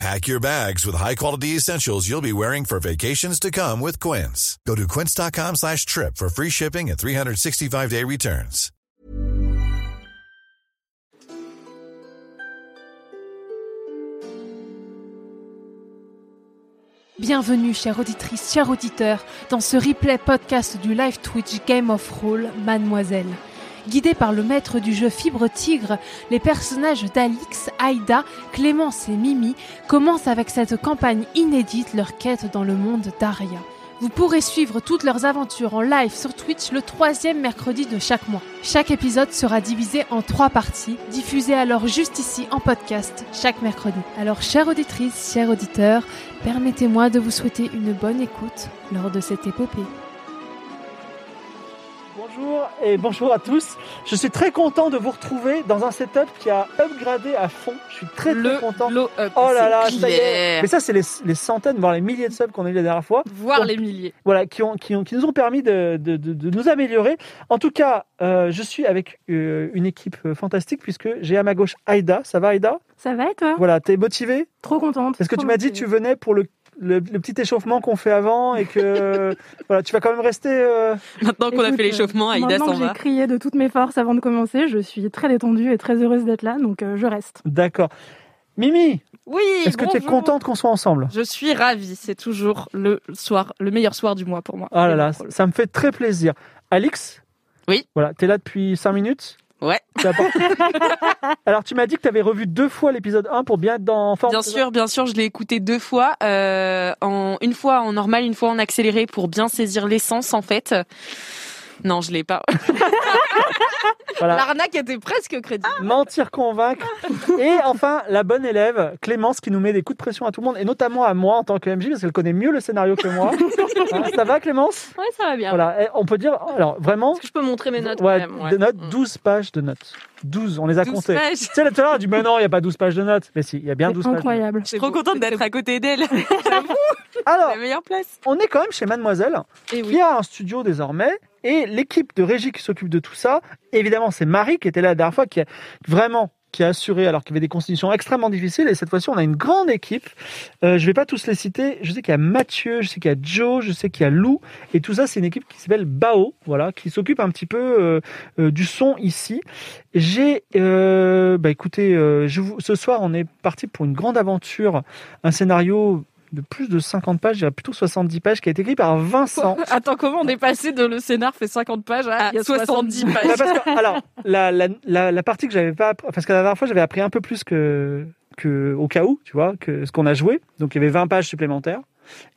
Pack your bags with high-quality essentials you'll be wearing for vacations to come with Quince. Go to quince.com slash trip for free shipping and 365-day returns. Bienvenue, chère auditrice, chers auditeurs, dans ce replay podcast du live Twitch Game of Roll Mademoiselle. Guidés par le maître du jeu Fibre Tigre, les personnages d'Alix, Aïda, Clémence et Mimi commencent avec cette campagne inédite leur quête dans le monde d'Aria. Vous pourrez suivre toutes leurs aventures en live sur Twitch le troisième mercredi de chaque mois. Chaque épisode sera divisé en trois parties, diffusées alors juste ici en podcast chaque mercredi. Alors, chère auditrice, chers auditeurs, permettez-moi de vous souhaiter une bonne écoute lors de cette épopée. Bonjour et bonjour à tous. Je suis très content de vous retrouver dans un setup qui a upgradé à fond. Je suis très très le content. blow up. Oh là là, ça y est. Clair. Mais ça, c'est les, les centaines, voire les milliers de subs qu'on a eu la dernière fois, Voir Oh. les milliers. voilà, qui, ont, qui, ont, qui nous ont permis de, de- de- de nous améliorer. En tout cas, euh, je suis avec euh, une équipe euh, fantastique puisque j'ai à ma gauche Aïda. Ça va Aïda Ça va et toi Voilà, t'es motivée Trop contente. Parce que Trop tu m'as dit motivée. tu venais pour le, le- le petit échauffement qu'on fait avant et que voilà, tu vas quand même rester... euh, Maintenant qu'on a Écoute, fait euh, l'échauffement, Aïda Maintenant s'en que j'ai va. crié de toutes mes forces avant de commencer, je suis très détendue et très heureuse d'être là, donc euh, je reste. D'accord. Mimi, Oui, est-ce que tu es bonjour. contente qu'on soit ensemble Je suis ravie. C'est toujours le soir, le meilleur soir du mois pour moi. Ah là Et là, drôle. ça me fait très plaisir. Alix Oui. Voilà, t'es là depuis 5 minutes Ouais. T'as apporté- Alors, tu m'as dit que t'avais revu deux fois l'épisode 1 pour bien être dans en forme. Bien c'est sûr, bien sûr, je l'ai écouté deux fois, euh, en une fois en normal, une fois en accéléré pour bien saisir l'essence en fait. Non, je l'ai pas. ça Voilà. L'arnaque était presque crédible. Ah, Mentir, convaincre. Et enfin, la bonne élève, Clémence, qui nous met des coups de pression à tout le monde, et notamment à moi en tant que MJ, parce qu'elle connaît mieux le scénario que moi. Hein, ça va, Clémence Ouais, ça va bien. Voilà, et on peut dire, alors vraiment, Est-ce que je peux montrer mes notes ouais, quand même Ouais. des notes, Mm. 12 pages de notes. 12, on les a Douze comptées. pages. Tu sais, là, tout à l'heure, elle a dit, mais non, il n'y a pas 12 pages de notes. Mais si, il y a bien 12 pages. C'est de notes. incroyable. Je suis trop contente d'être à côté d'elle. Alors, la meilleure place. on est quand même chez Mademoiselle, Et qui a un studio désormais. Et l'équipe de régie qui s'occupe de tout ça, évidemment, c'est Marie qui était là la dernière fois, qui a vraiment qui a assuré alors qu'il y avait des constitutions extrêmement difficiles et cette fois-ci on a une grande équipe Euh, je vais pas tous les citer je sais qu'il y a Mathieu je sais qu'il y a Joe je sais qu'il y a Lou et tout ça c'est une équipe qui s'appelle Bao voilà qui s'occupe un petit peu euh, euh, du son ici j'ai euh, bah écoutez euh, je vous- ce soir on est parti pour une grande aventure un scénario de plus de 50 pages, je dirais plutôt 70 pages, qui a été écrit par Vincent. Attends, comment on est passé de le scénar fait 50 pages à À il y a 70 70 Bah, pages parce que- alors, la, la, la, la partie que j'avais pas appr- parce que la dernière fois, j'avais appris un peu plus que, que au cas où, tu vois, que ce qu'on a joué. Donc, il y avait 20 pages supplémentaires.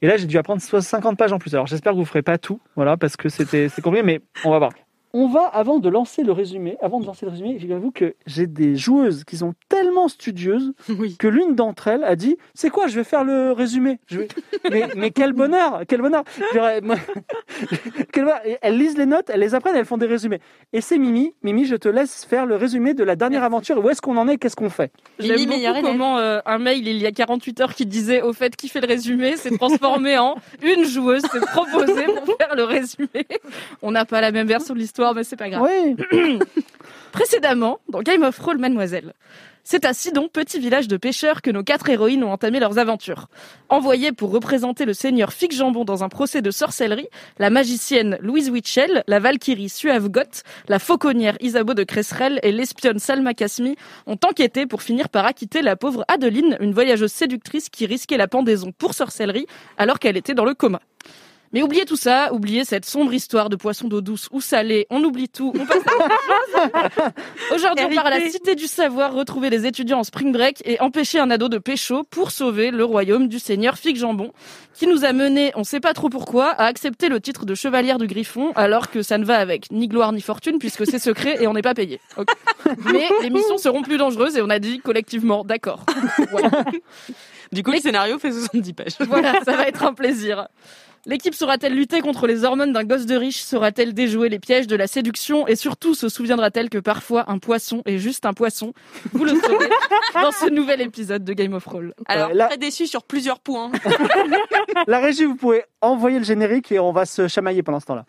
Et là, j'ai dû apprendre soit 50 pages en plus. Alors, j'espère que vous ferez pas tout, voilà, parce que c'était c'est compliqué, mais on va voir. On va, avant de lancer le résumé, avant de lancer le résumé, j'avoue que j'ai des joueuses qui sont tellement studieuses Oui. que l'une d'entre elles a dit c'est quoi je vais faire le résumé je vais- mais, mais quel bonheur quel bonheur J'aurais- moi- quel bonheur. Et elles lisent les notes elles les apprennent elles font des résumés et c'est Mimi Mimi je te laisse faire le résumé de la dernière aventure où est-ce qu'on en est qu'est-ce qu'on fait J'aime Mimi, meilleure beaucoup élève. comment euh, un mail il y a 48 heures qui disait au fait qui fait le résumé s'est transformé en une joueuse s'est proposée pour faire le résumé. On n'a pas la même version de l'histoire mais c'est pas grave. oui Précédemment, dans Game of Roll Mademoiselle, c'est à Sidon, petit village de pêcheurs, que nos quatre héroïnes ont entamé leurs aventures. Envoyées pour représenter le seigneur Fig Jambon dans un procès de sorcellerie, la magicienne Louise Witchell, la valkyrie Suave Goth, la fauconnière Isabeau de Cresserelle et l'espionne Salma Kasmi ont enquêté pour finir par acquitter la pauvre Adeline, une voyageuse séductrice qui risquait la pendaison pour sorcellerie alors qu'elle était dans le coma. Mais oubliez tout ça, oubliez cette sombre histoire de poisson d'eau douce ou salée, on oublie tout, on passe à autre chose. Aujourd'hui, on part à la Cité du Savoir, retrouver les étudiants en spring break et empêcher un ado de pécho pour sauver le royaume du seigneur Fig Jambon, qui nous a mené, on sait pas trop pourquoi, à accepter le titre de chevalière du Griffon, alors que ça ne va avec ni gloire ni fortune, puisque c'est secret et on n'est pas payé. Ok. Mais les missions seront plus dangereuses et on a dit collectivement, d'accord. Voilà. Du coup, le scénario fait 70 pages. Voilà, ça va être un plaisir. L'équipe saura-t-elle lutter contre les hormones d'un gosse de riche Saura-t-elle déjouer les pièges de la séduction Et surtout, se souviendra-t-elle que parfois un poisson est juste un poisson Vous le saurez dans ce nouvel épisode de Game of Roll. Alors, Euh, là- très déçu sur plusieurs points. La régie, vous pouvez envoyer le générique et on va se chamailler pendant ce temps-là.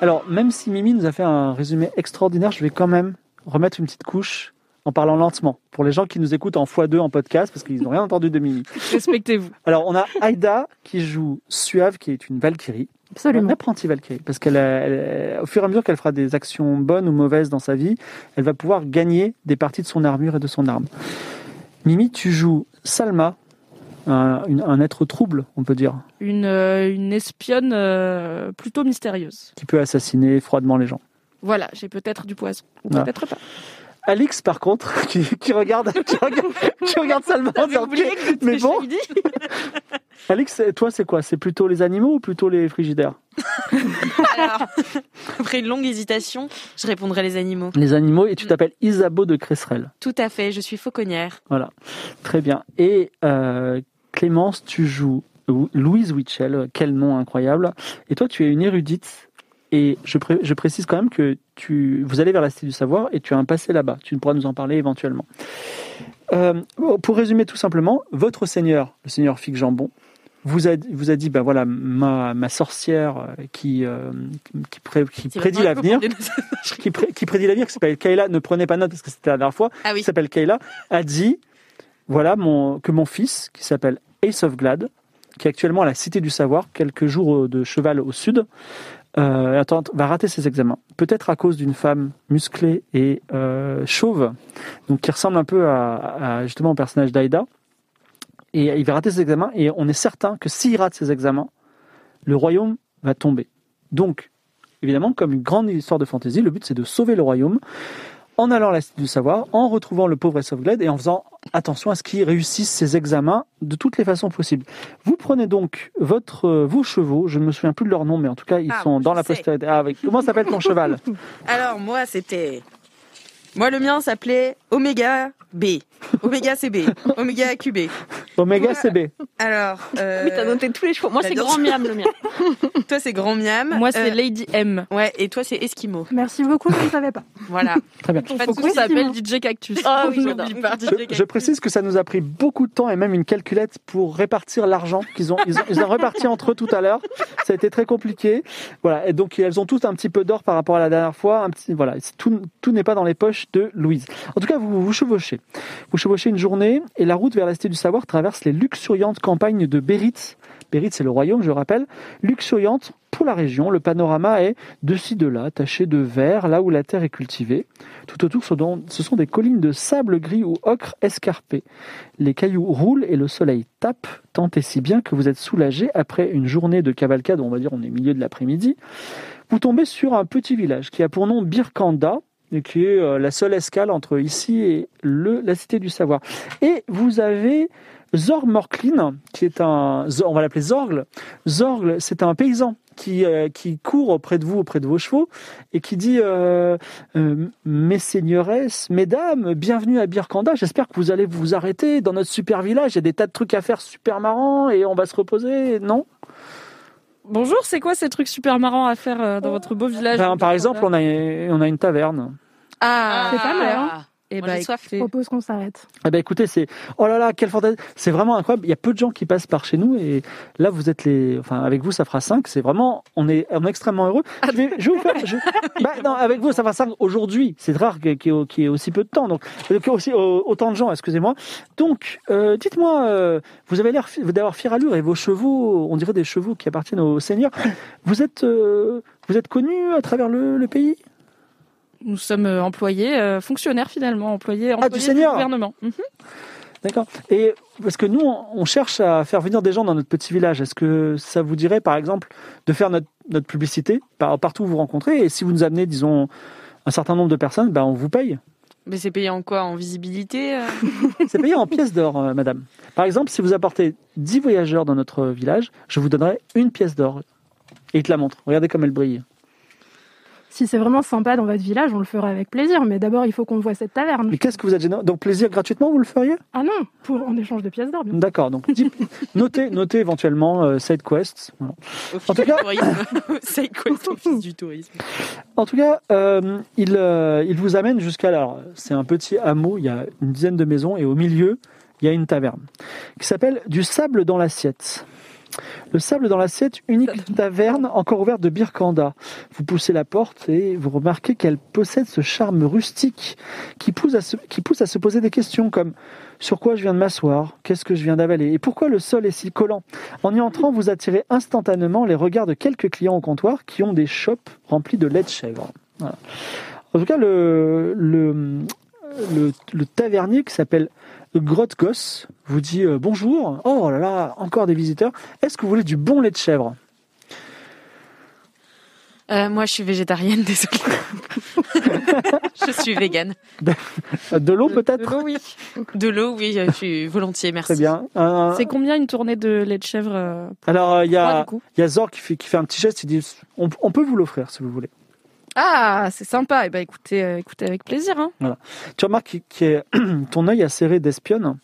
Alors, même si Mimi nous a fait un résumé extraordinaire, je vais quand même remettre une petite couche en parlant lentement pour les gens qui nous écoutent en x2 en podcast parce qu'ils n'ont rien entendu de Mimi. Respectez-vous. Alors, on a Aïda qui joue Suave, qui est une Valkyrie. Une Absolument. apprentie Valkyrie. Parce qu'elle, a- elle- au fur et à mesure qu'elle fera des actions bonnes ou mauvaises dans sa vie, elle va pouvoir gagner des parties de son armure et de son arme. Mimi, tu joues Salma, un, une- un être trouble, on peut dire, Une, euh, une espionne euh, plutôt mystérieuse. qui peut assassiner froidement les gens. Voilà, j'ai peut-être du poison. Ou Ah. Peut-être pas. Alix, par contre, qui, qui regarde, qui regarde, qui regarde Salma en disant, Ok, mais bon, Alix, toi, c'est quoi C'est plutôt les animaux ou plutôt les frigidaires Alors, après une longue hésitation, je répondrai les animaux. Les animaux, et tu t'appelles Isabeau de Cresserelle. Tout à fait, je suis fauconnière. Très bien. Et euh, Clémence, tu joues Lou- Louise Witchell, quel nom incroyable. Et toi, tu es une érudite. Et je, pré- je précise quand même que tu, vous allez vers la Cité du Savoir et tu as un passé là-bas. Tu pourras nous en parler éventuellement. Euh, bon, pour résumer tout simplement, votre seigneur, le seigneur Fig Jambon, vous a, vous a dit, ben voilà, ma, ma sorcière euh, qui, euh, qui, pré- qui C'est prédit vraiment l'avenir, le propos de- qui, pré- qui prédit l'avenir, qui s'appelle Kayla, ne prenez pas note parce que c'était la dernière fois, Ah qui oui, s'appelle Kayla, a dit voilà mon, que mon fils, qui s'appelle Ace of Glad, qui est actuellement à la Cité du Savoir, quelques jours au- de cheval au sud, euh, attend- va rater ses examens. Peut-être à cause d'une femme musclée et euh, chauve, donc qui ressemble un peu à, à, justement au personnage d'Aïda. Et il va rater ses examens, et on est certain que s'il rate ses examens, le royaume va tomber. Donc, évidemment, comme une grande histoire de fantasy, le but c'est de sauver le royaume en allant à la Cité du Savoir, en retrouvant le pauvre Esofgled et en faisant attention à ce qu'il réussisse ses examens de toutes les façons possibles. Vous prenez donc votre, euh, vos chevaux, je ne me souviens plus de leur nom, mais en tout cas, ils Ah, sont je dans la sais. postérité. Ah, avec, comment s'appelle ton cheval alors moi c'était... Moi le mien s'appelait Oméga B. Oméga CB. Oméga QB. Omega Ouais. CB. Alors... euh, Oui, t'as noté tous les chevaux. Moi, c'est j'adore. Grand Miam, le mien. Toi c'est Grand Miam. Moi, c'est Euh, Lady M. Ouais, et toi c'est Esquimau. Merci beaucoup, je ne savais pas. Voilà. Très bien. Pas de Faut qu'on soucis. s'appelle DJ Cactus. Ah oui, j'adore. N'oublie pas, Je, je précise que ça nous a pris beaucoup de temps et même une calculette pour répartir l'argent qu'ils ont. Ils ont, ils ont réparti entre eux tout à l'heure. Ça a été très compliqué. Voilà. Et donc elles ont toutes un petit peu d'or par rapport à la dernière fois. Un petit, voilà. C'est- Tout, tout n'est pas dans les poches de Louise. En tout cas, vous vous chevauchez. Vous chevauchez une journée et la route vers la Cité du Savoir traverse les luxuriantes campagnes de Bérit. Bérit, c'est le royaume, je rappelle. Luxuriante pour la région. Le panorama est de ci de là, taché de vert, là où la terre est cultivée. Tout autour, ce don- ce sont des collines de sable gris ou ocre escarpé. Les cailloux roulent et le soleil tape, tant et si bien que vous êtes soulagé après une journée de cavalcade, on va dire on est milieu de l'après-midi. Vous tombez sur un petit village qui a pour nom Birkanda, et qui est euh, la seule escale entre ici et le, la cité du savoir. Et vous avez Zormorklin, qui est un, Zor- on va l'appeler Zorgle. Zorgle, c'est un paysan qui, euh, qui court auprès de vous, auprès de vos chevaux, et qui dit euh, euh, mes seigneuresses, mesdames, bienvenue à Birkanda. J'espère que vous allez vous arrêter dans notre super village. Il y a des tas de trucs à faire super marrants et on va se reposer. Non Bonjour, c'est quoi ces trucs super marrants à Oh. faire euh, dans votre beau village Ben, Par exemple, on a, on a une taverne. Ah, C'est pas mal, Et Moi, j'ai soif. Je propose qu'on s'arrête. Eh ben écoutez, c'est oh là là, quelle fantaisie C'est vraiment incroyable. Il y a peu de gens qui passent par chez nous et là vous êtes les, enfin avec vous ça fera 5 C'est vraiment, on est, on est extrêmement heureux. Je vais, je vais vous faire, je- Bah, non, avec vous ça fera 5 aujourd'hui. C'est rare qu'il y, ait- qu'il y ait- qu'il y ait aussi peu de temps, donc euh, qu'il y ait aussi euh, autant de gens. Excusez-moi. Donc euh, dites-moi, euh, vous avez l'air fi- d'avoir fière allure et vos chevaux, on dirait des chevaux qui appartiennent au Seigneur. Vous êtes, euh, vous êtes connu à travers le, le pays Nous sommes euh, employés, euh, fonctionnaires finalement, employés, employés Ah, du Seigneur gouvernement. Mhm. D'accord. Et parce que nous, on on cherche à faire venir des gens dans notre petit village. Est-ce que ça vous dirait, par exemple, de faire notre, notre publicité par, partout où vous rencontrez Et si vous nous amenez, disons, un certain nombre de personnes, ben, on vous paye. Mais c'est payé en quoi En visibilité euh C'est payé en pièces d'or, euh, madame. Par exemple, si vous apportez 10 voyageurs dans notre village, je vous donnerai une pièce d'or. Et il te la montre. Regardez comme elle brille. Si c'est vraiment sympa dans votre village, on le fera avec plaisir. Mais d'abord, il faut qu'on voit cette taverne. Mais qu'est-ce que vous êtes gênant Donc, plaisir gratuitement, vous le feriez Ah non, pour en échange de pièces d'or. bien sûr. D'accord. Donc, dix- notez, notez éventuellement euh, side quest. Voilà. Office En tout du cas- tourisme. c'est quoi cet office du tourisme En tout cas, euh, il, euh, il vous amène jusqu'à là. C'est un petit hameau, il y a une dizaine de maisons et au milieu, il y a une taverne qui s'appelle Du sable dans l'assiette. Le sable dans l'assiette, unique taverne encore ouverte de Birkanda. Vous poussez la porte et vous remarquez qu'elle possède ce charme rustique qui pousse, à se, qui pousse à se poser des questions comme sur quoi je viens de m'asseoir, qu'est-ce que je viens d'avaler et pourquoi le sol est si collant. En y entrant, vous attirez instantanément les regards de quelques clients au comptoir qui ont des chopes remplies de lait de chèvre. Voilà. En tout cas, le, le, le, le tavernier qui s'appelle Grotte Gosse vous dit euh, bonjour. Oh là là, encore des visiteurs. Est-ce que vous voulez du bon lait de chèvre Euh, Moi, je suis végétarienne, désolée. je suis végane. Euh, De l'eau peut-être oui. De l'eau, oui, je suis volontiers, merci. Très bien. Un- C'est combien une tournée de lait de chèvre euh, pour alors, il y, moi, a, du coup il y a Zor qui fait, qui fait un petit geste. Il dit on, on peut vous l'offrir si vous voulez. Ah, c'est sympa. Eh ben, écoutez, euh, écoutez avec plaisir. hein. Tu remarques qu'il- qu'il y a- ton œil acéré d'espionne.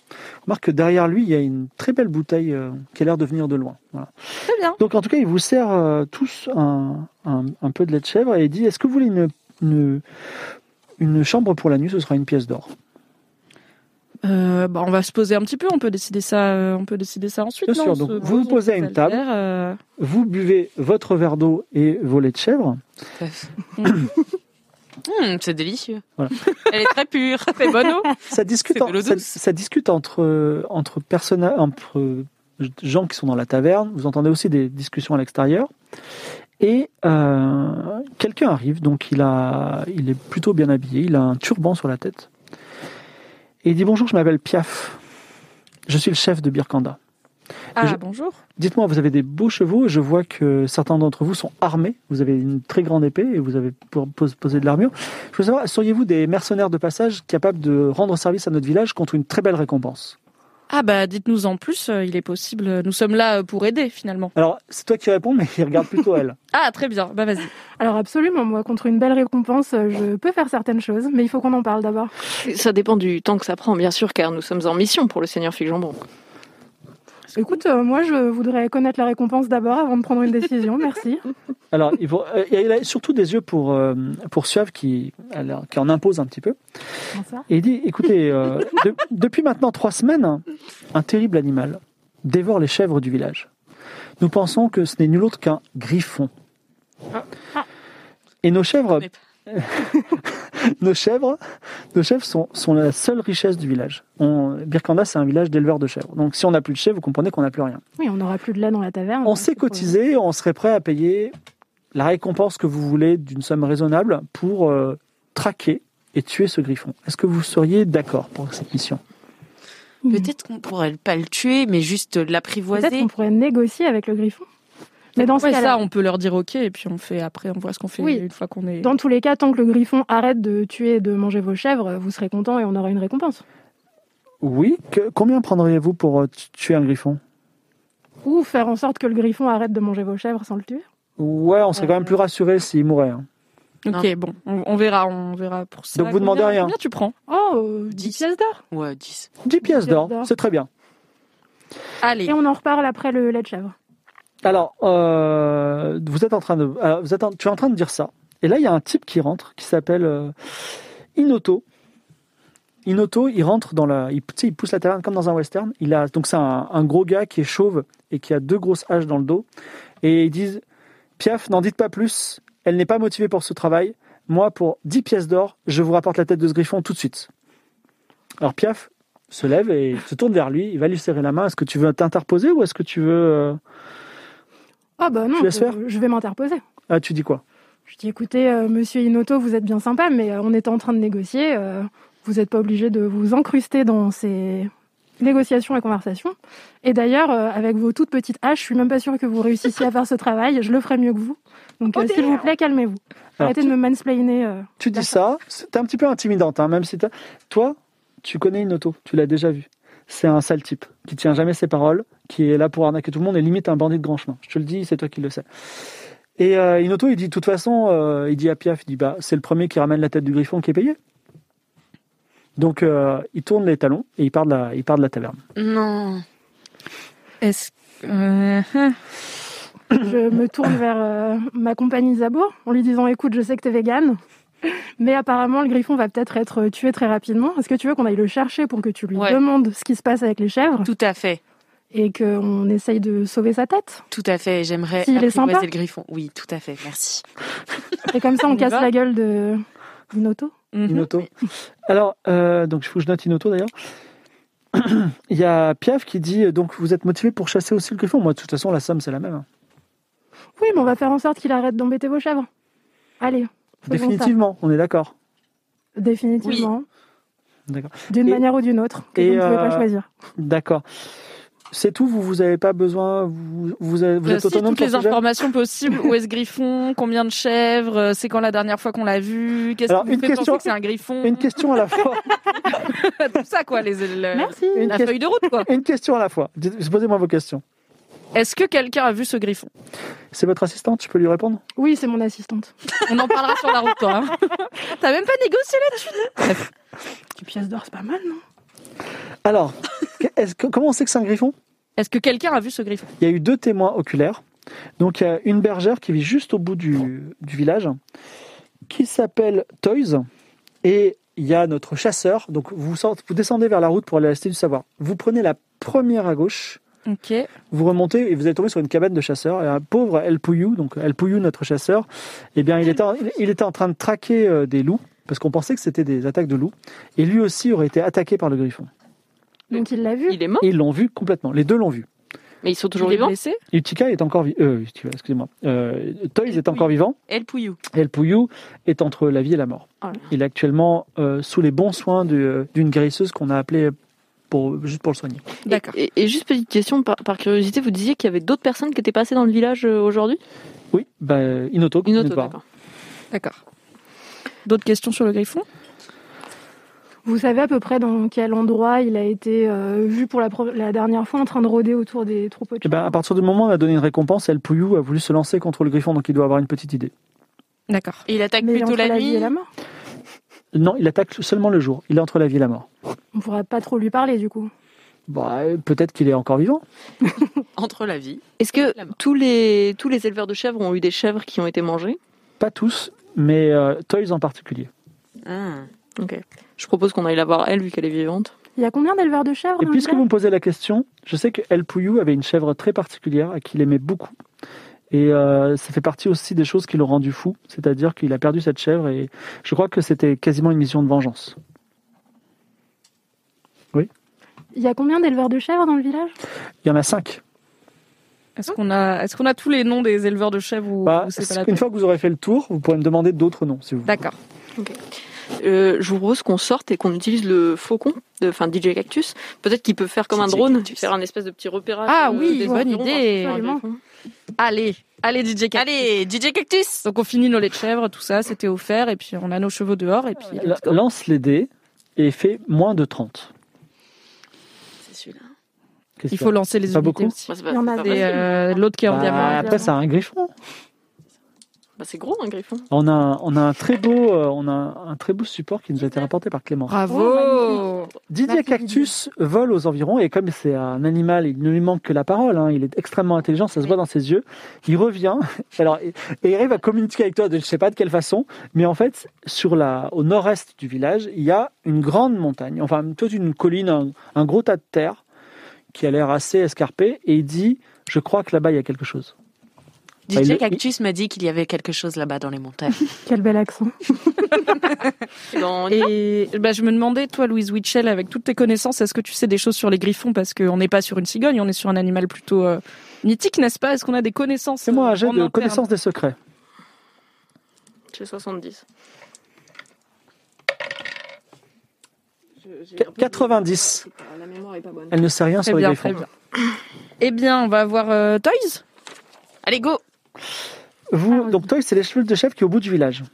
Remarque que derrière lui, il y a une très belle bouteille euh, qui a l'air de venir de loin. Voilà. Très bien. Donc en tout cas, il vous sert euh, tous un, un- un peu de lait de chèvre et il dit, est-ce que vous voulez une, une, une chambre pour la nuit Ce sera une pièce d'or. Euh, bah, on va se poser un petit peu. On peut décider ça. euh, on peut décider ça ensuite. Bien non sûr, On donc se vous pose, vous posez à on une fait le table. verre, euh, Vous buvez votre verre d'eau et vos laits de chèvre. Hum, c'est délicieux. Voilà. Elle est très pure, c'est bonne eau. Ça discute, C'est de en- l'eau ça, douce. ça discute entre, euh, entre, personna- entre euh, gens qui sont dans la taverne. Vous entendez aussi des discussions à l'extérieur. Et euh, quelqu'un arrive, donc il, a, il est plutôt bien habillé, il a un turban sur la tête. Et il dit bonjour, je m'appelle Piaf. Je suis le chef de Birkanda. Ah Je- bonjour. Dites-moi, vous avez des beaux chevaux. Je vois que certains d'entre vous sont armés. Vous avez une très grande épée et vous avez po- pos- posé de l'armure. Je veux savoir, seriez-vous des mercenaires de passage capables de rendre service à notre village contre une très belle récompense Ah bah dites-nous en plus. euh, il est possible. euh, Nous sommes là euh, pour aider finalement. Alors, c'est toi qui réponds, mais il regarde plutôt elle. Ah très bien. Bah vas-y. Alors absolument, moi, contre une belle récompense, euh, je peux faire certaines choses, mais il faut qu'on en parle d'abord. Ça dépend du temps que ça prend, bien sûr, car nous sommes en mission pour le Seigneur Figjambon. Écoute, euh, moi, je voudrais connaître la récompense d'abord avant de prendre une décision. Merci. Alors, il, faut- euh, il a surtout des yeux pour, euh, pour Suave qui, alors, qui en impose un petit peu. Bonsoir. Et il dit, écoutez, euh, de- depuis maintenant trois semaines, un terrible animal dévore les chèvres du village. Nous pensons que ce n'est nul autre qu'un griffon. Ah. Et nos chèvres, Mais- nos chèvres, nos chèvres sont, sont la seule richesse du village. On, Birkanda, c'est un village d'éleveurs de chèvres. Donc si on n'a plus de chèvres, vous comprenez qu'on n'a plus rien. Oui, on n'aura plus de lait dans la taverne. On donc s'est il faut- euh, cotisé, on serait prêt à payer la récompense que vous voulez d'une somme raisonnable pour euh, traquer et tuer ce griffon. Est-ce que vous seriez d'accord pour cette mission Peut-être qu'on pourrait pas le tuer, mais juste Peut-être l'apprivoiser. qu'on pourrait négocier avec le griffon. Mais dans ce Ouais, ça, cas-là, on peut leur dire ok et puis on fait après. On voit ce qu'on fait Oui. une fois qu'on est. dans tous les cas, tant que le griffon arrête de tuer et de manger vos chèvres, vous serez content et on aura une récompense. Oui. Que- combien prendriez-vous pour euh, tu- tuer un griffon Ou faire en sorte que le griffon arrête de manger vos chèvres sans le tuer. Ouais, on serait quand même plus rassuré s'il mourait. hein. Ok bon. On, on verra. On verra pour ça. Donc, vous Combien- demandez rien. Combien tu prends Oh, euh, 10 Dix. pièces d'or. Ouais, 10. 10 pièces d'or, d'or. c'est très bien. Allez. Et on en reparle après le lait de chèvre. Alors, euh, vous êtes en train de, alors, vous êtes en- tu es en train de dire ça. Et là, il y a un type qui rentre, qui s'appelle euh, Inoto, Inoto, il rentre dans la. Il, tu sais, il pousse la taverne comme dans un western. Il a, donc, c'est un, un gros gars qui est chauve et qui a deux grosses haches dans le dos. Et ils disent Piaf, n'en dites pas plus. Elle n'est pas motivée pour ce travail. Moi, pour 10 pièces d'or, je vous rapporte la tête de ce griffon tout de suite. Alors, Piaf se lève et se tourne vers lui. Il va lui serrer la main. Est-ce que tu veux t'interposer ou est-ce que tu veux. euh, Ah bah non, Tu laisses faire je, je vais m'interposer. Ah, tu dis quoi Je dis écoutez, euh, monsieur Inoto, vous êtes bien sympa, mais euh, on était en train de négocier. euh, vous n'êtes pas obligé de vous incruster dans ces négociations et conversations. Et d'ailleurs, euh, avec vos toutes petites haches, je suis même pas sûre que vous réussissiez à faire ce travail. Je le ferai mieux que vous. Donc, euh, s'il vous plaît, calmez-vous. Arrêtez de me mansplainer. euh. Tu dis ça, c'est un petit peu intimidante, hein, même si t'as- toi, tu connais une auto, tu l'as déjà vu. C'est un sale type qui tient jamais ses paroles, qui est là pour arnaquer tout le monde et limite un bandit de grand chemin. Je te le dis, c'est toi qui le sais. Et euh, Inoto, il dit de toute façon, euh, il dit à Piaf, il dit bah c'est le premier qui ramène la tête du griffon qui est payé. Donc euh, il tourne les talons et il part de la, il part de la taverne. Non. Est-ce que. euh, Je me tourne vers euh, ma compagne Isabeau en lui disant écoute, je sais que t'es végane, mais apparemment le griffon va peut-être être tué très rapidement. Est-ce que tu veux qu'on aille le chercher pour que tu lui Ouais. demandes ce qui se passe avec les chèvres Tout à fait. et qu'on essaye de sauver sa tête Tout à fait. J'aimerais S'il est apprivoiser sympa. le griffon. Oui, tout à fait. Merci. Et comme ça, on y casse va la gueule de Inoto. mhm. Inoto. Alors, euh, donc il faut que je note Inoto d'ailleurs. Il y a Piaf qui dit euh, donc vous êtes motivé pour chasser aussi le griffon. Moi de toute façon la somme c'est la même. hein. Oui, mais on va faire en sorte qu'il arrête d'embêter vos chèvres. Allez, faisons ça. Définitivement, on est d'accord. Définitivement. D'accord. D'une Et- manière ou d'une autre, que et, vous ne pouvez pas euh, choisir. D'accord. C'est tout, vous vous avez pas besoin, vous, vous, avez- vous Euh, êtes si, autonome toutes sur les ce sujet informations possibles. Où est-ce Griffon Combien de chèvres euh, C'est quand la dernière fois qu'on l'a vu Qu'est-ce Alors, qui une vous fait question- penser que c'est un Griffon Une question à la fois. Tout ça quoi, les, le- Merci. Une, la ques- feuille de route quoi. une question à la fois. Dites- Posez-moi vos questions. Est-ce que quelqu'un a vu ce Griffon C'est votre assistante, je peux lui répondre Oui, c'est mon assistante. On en parlera sur la route toi. hein. T'as même pas négocié Une pièce d'or, c'est pas mal, non Alors, que- est-ce que- comment on sait que c'est un griffon Est-ce que quelqu'un a vu ce griffon Il y a eu deux témoins oculaires. Donc, il y a une bergère qui vit juste au bout du, du village, qui s'appelle Toys. Et il y a notre chasseur. Donc, vous, sortez- vous descendez vers la route pour aller à la Cité du Savoir. Vous prenez la première à gauche. Ok. Vous remontez et vous allez tomber sur une cabane de chasseurs. Et un pauvre El Pouillou, donc El Pouillou, notre chasseur, eh bien, il était en, il- il était en train de traquer euh, des loups, parce qu'on pensait que c'était des attaques de loups. Et lui aussi aurait été attaqué par le griffon. Donc il l'a vu. Il est mort, Et ils l'ont vu complètement. Les deux l'ont vu. mais ils sont toujours Il est vivants. blessé Utica est encore vivant. Euh, Utica, excusez-moi. Euh, Toys est encore vivant. El Pouillou. El Pouillou est entre la vie et la mort. Oh là là. Il est actuellement euh, sous les bons soins du- euh, d'une guérisseuse qu'on a appelée pour, juste pour le soigner. D'accord. Et, et juste petite question, par, par curiosité, vous disiez qu'il y avait d'autres personnes qui étaient passées dans le village euh, aujourd'hui Oui, bah, Inoto. Une autre, n'est pas. d'accord. D'accord. D'autres questions sur le griffon Vous savez à peu près dans quel endroit il a été euh, vu pour la, pro- la dernière fois en train de rôder autour des troupeaux de Eh ben, chèvres à partir du moment où on a donné une récompense, El Pouillou a voulu se lancer contre le griffon, donc il doit avoir une petite idée. D'accord. Et il attaque Mais plutôt entre la, la vie nuit. et la mort. Non, il attaque seulement le jour. Il est entre la vie et la mort. On ne pourra pas trop lui parler du coup. Bah, euh, peut-être qu'il est encore vivant. Entre la vie. Est-ce que La mort. tous les, tous les éleveurs de chèvres ont eu des chèvres qui ont été mangées Pas tous, mais euh, Toys en particulier. Ah. Je propose qu'on aille la voir, elle, vu qu'elle est vivante. Il y a combien d'éleveurs de chèvres Et dans le puisque village vous me posez la question, je sais que El Pouillou avait une chèvre très particulière et qu'il aimait beaucoup. Et euh, ça fait partie aussi des choses qui l'ont rendu fou, c'est-à-dire qu'il a perdu cette chèvre et je crois que c'était quasiment une mission de vengeance. Il y a combien d'éleveurs de chèvres dans le village Il y en a cinq. Est-ce qu'on a, est-ce qu'on a tous les noms des éleveurs de chèvres ou, Bah, ou c'est pas la une peine fois que vous aurez fait le tour, vous pourrez me demander d'autres noms si vous voulez. D'accord. Euh, je vous propose qu'on sorte et qu'on utilise le faucon, de- enfin DJ Cactus. Peut-être qu'il peut faire comme un DJ drone, Cactus. faire un espèce de petit repérage. Ah euh, oui, des bonne environs, idée. voir si c'est un Absolument. griffon. Allez, allez DJ Cactus. Allez, DJ Cactus. Donc on finit nos laits de chèvre, tout ça, c'était offert, et puis on a nos chevaux dehors, et puis La- Lance les dés et fais moins de 30. C'est celui-là. Qu'est-ce il qu'il y faut a lancer les Pas unités beaucoup aussi. Bah, c'est pas- Il y en c'est a pas des- Et facile. euh, l'autre qui est en Bah, diamant. après, c'est un griffon. Bah, c'est gros un griffon. On a, on a un très beau, euh, on a un très beau support qui nous a été rapporté par Clément. Bravo Didier Merci, Cactus vole aux environs et comme c'est un animal, il ne lui manque que la parole, hein, il est extrêmement intelligent, ça se voit dans ses yeux. Il revient, alors, et et il arrive à communiquer avec toi de je ne sais pas de quelle façon, mais en fait, sur la, au nord-est du village, il y a une grande montagne, enfin toute une colline, un, un gros tas de terre qui a l'air assez escarpé et il dit je crois que là-bas il y a quelque chose. Bah, il- DJ Cactus m'a dit qu'il y avait quelque chose là-bas dans les montagnes. Quel bel accent. Dans- Et bah, je me demandais, toi, Louise Witchell, avec toutes tes connaissances, est-ce que tu sais des choses sur les griffons Parce qu'on n'est pas sur une cigogne, on est sur un animal plutôt euh, mythique, n'est-ce pas Est-ce qu'on a des connaissances C'est moi euh, un jet en de interne connaissance des secrets. J'ai 70. 90. La mémoire est pas bonne. Elle ne sait rien Très sur les bien, griffons. très bien. Eh bien, on va voir euh, Toys. Allez, go Vous, Ah oui. donc toi, c'est l'échelle de chef qui est au bout du village.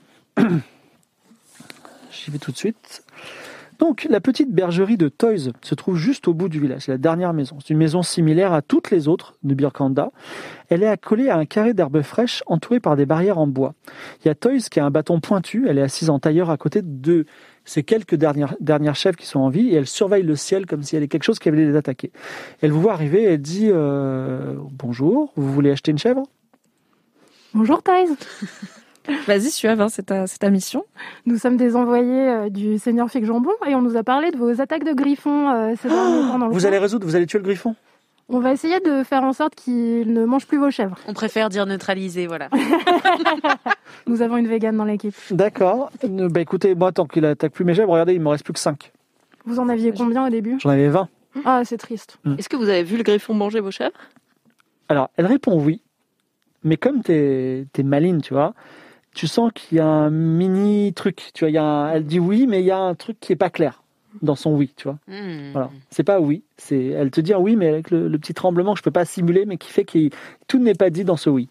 J'y vais tout de suite. Donc, la petite bergerie de Toys se trouve juste au bout du village. C'est la dernière maison. C'est une maison similaire à toutes les autres de Birkanda. Elle est accolée à un carré d'herbes fraîches entouré par des barrières en bois. Il y a Toys qui a un bâton pointu. Elle est assise en tailleur à côté de ces quelques dernières, dernières chefs qui sont en vie et elle surveille le ciel comme s'il y avait quelque chose qui allait les attaquer. Elle vous voit arriver et elle dit euh, Bonjour, vous voulez acheter une chèvre Bonjour Thais. Vas-y, Suave, hein, c'est ta, c'est ta mission. Nous sommes des envoyés euh, du Seigneur Fig Jambon et on nous a parlé de vos attaques de griffons euh, Ah, ces derniers temps dans le Vous coin. allez résoudre, vous allez tuer le griffon On va essayer de faire en sorte qu'ils ne mangent plus vos chèvres. On préfère dire neutraliser, voilà. Nous avons une végane dans l'équipe. D'accord. Ne- Bah écoutez, moi, tant qu'il attaque plus mes jambes, regardez, il me reste plus que 5. Vous en aviez combien au début J'en avais 20. Ah, c'est triste. Est-ce que vous avez vu le griffon manger vos chèvres Alors, elle répond oui. Mais comme t'es es maligne, tu vois, tu sens qu'il y a un mini truc. Tu vois, il y a un- elle dit oui, mais il y a un truc qui est pas clair dans son oui, tu vois. Mm-hmm. Hmm. Voilà. C'est pas oui. C'est elle te dit un oui, mais avec le, le petit tremblement que je peux pas simuler, mais qui fait que tout n'est pas dit dans ce oui.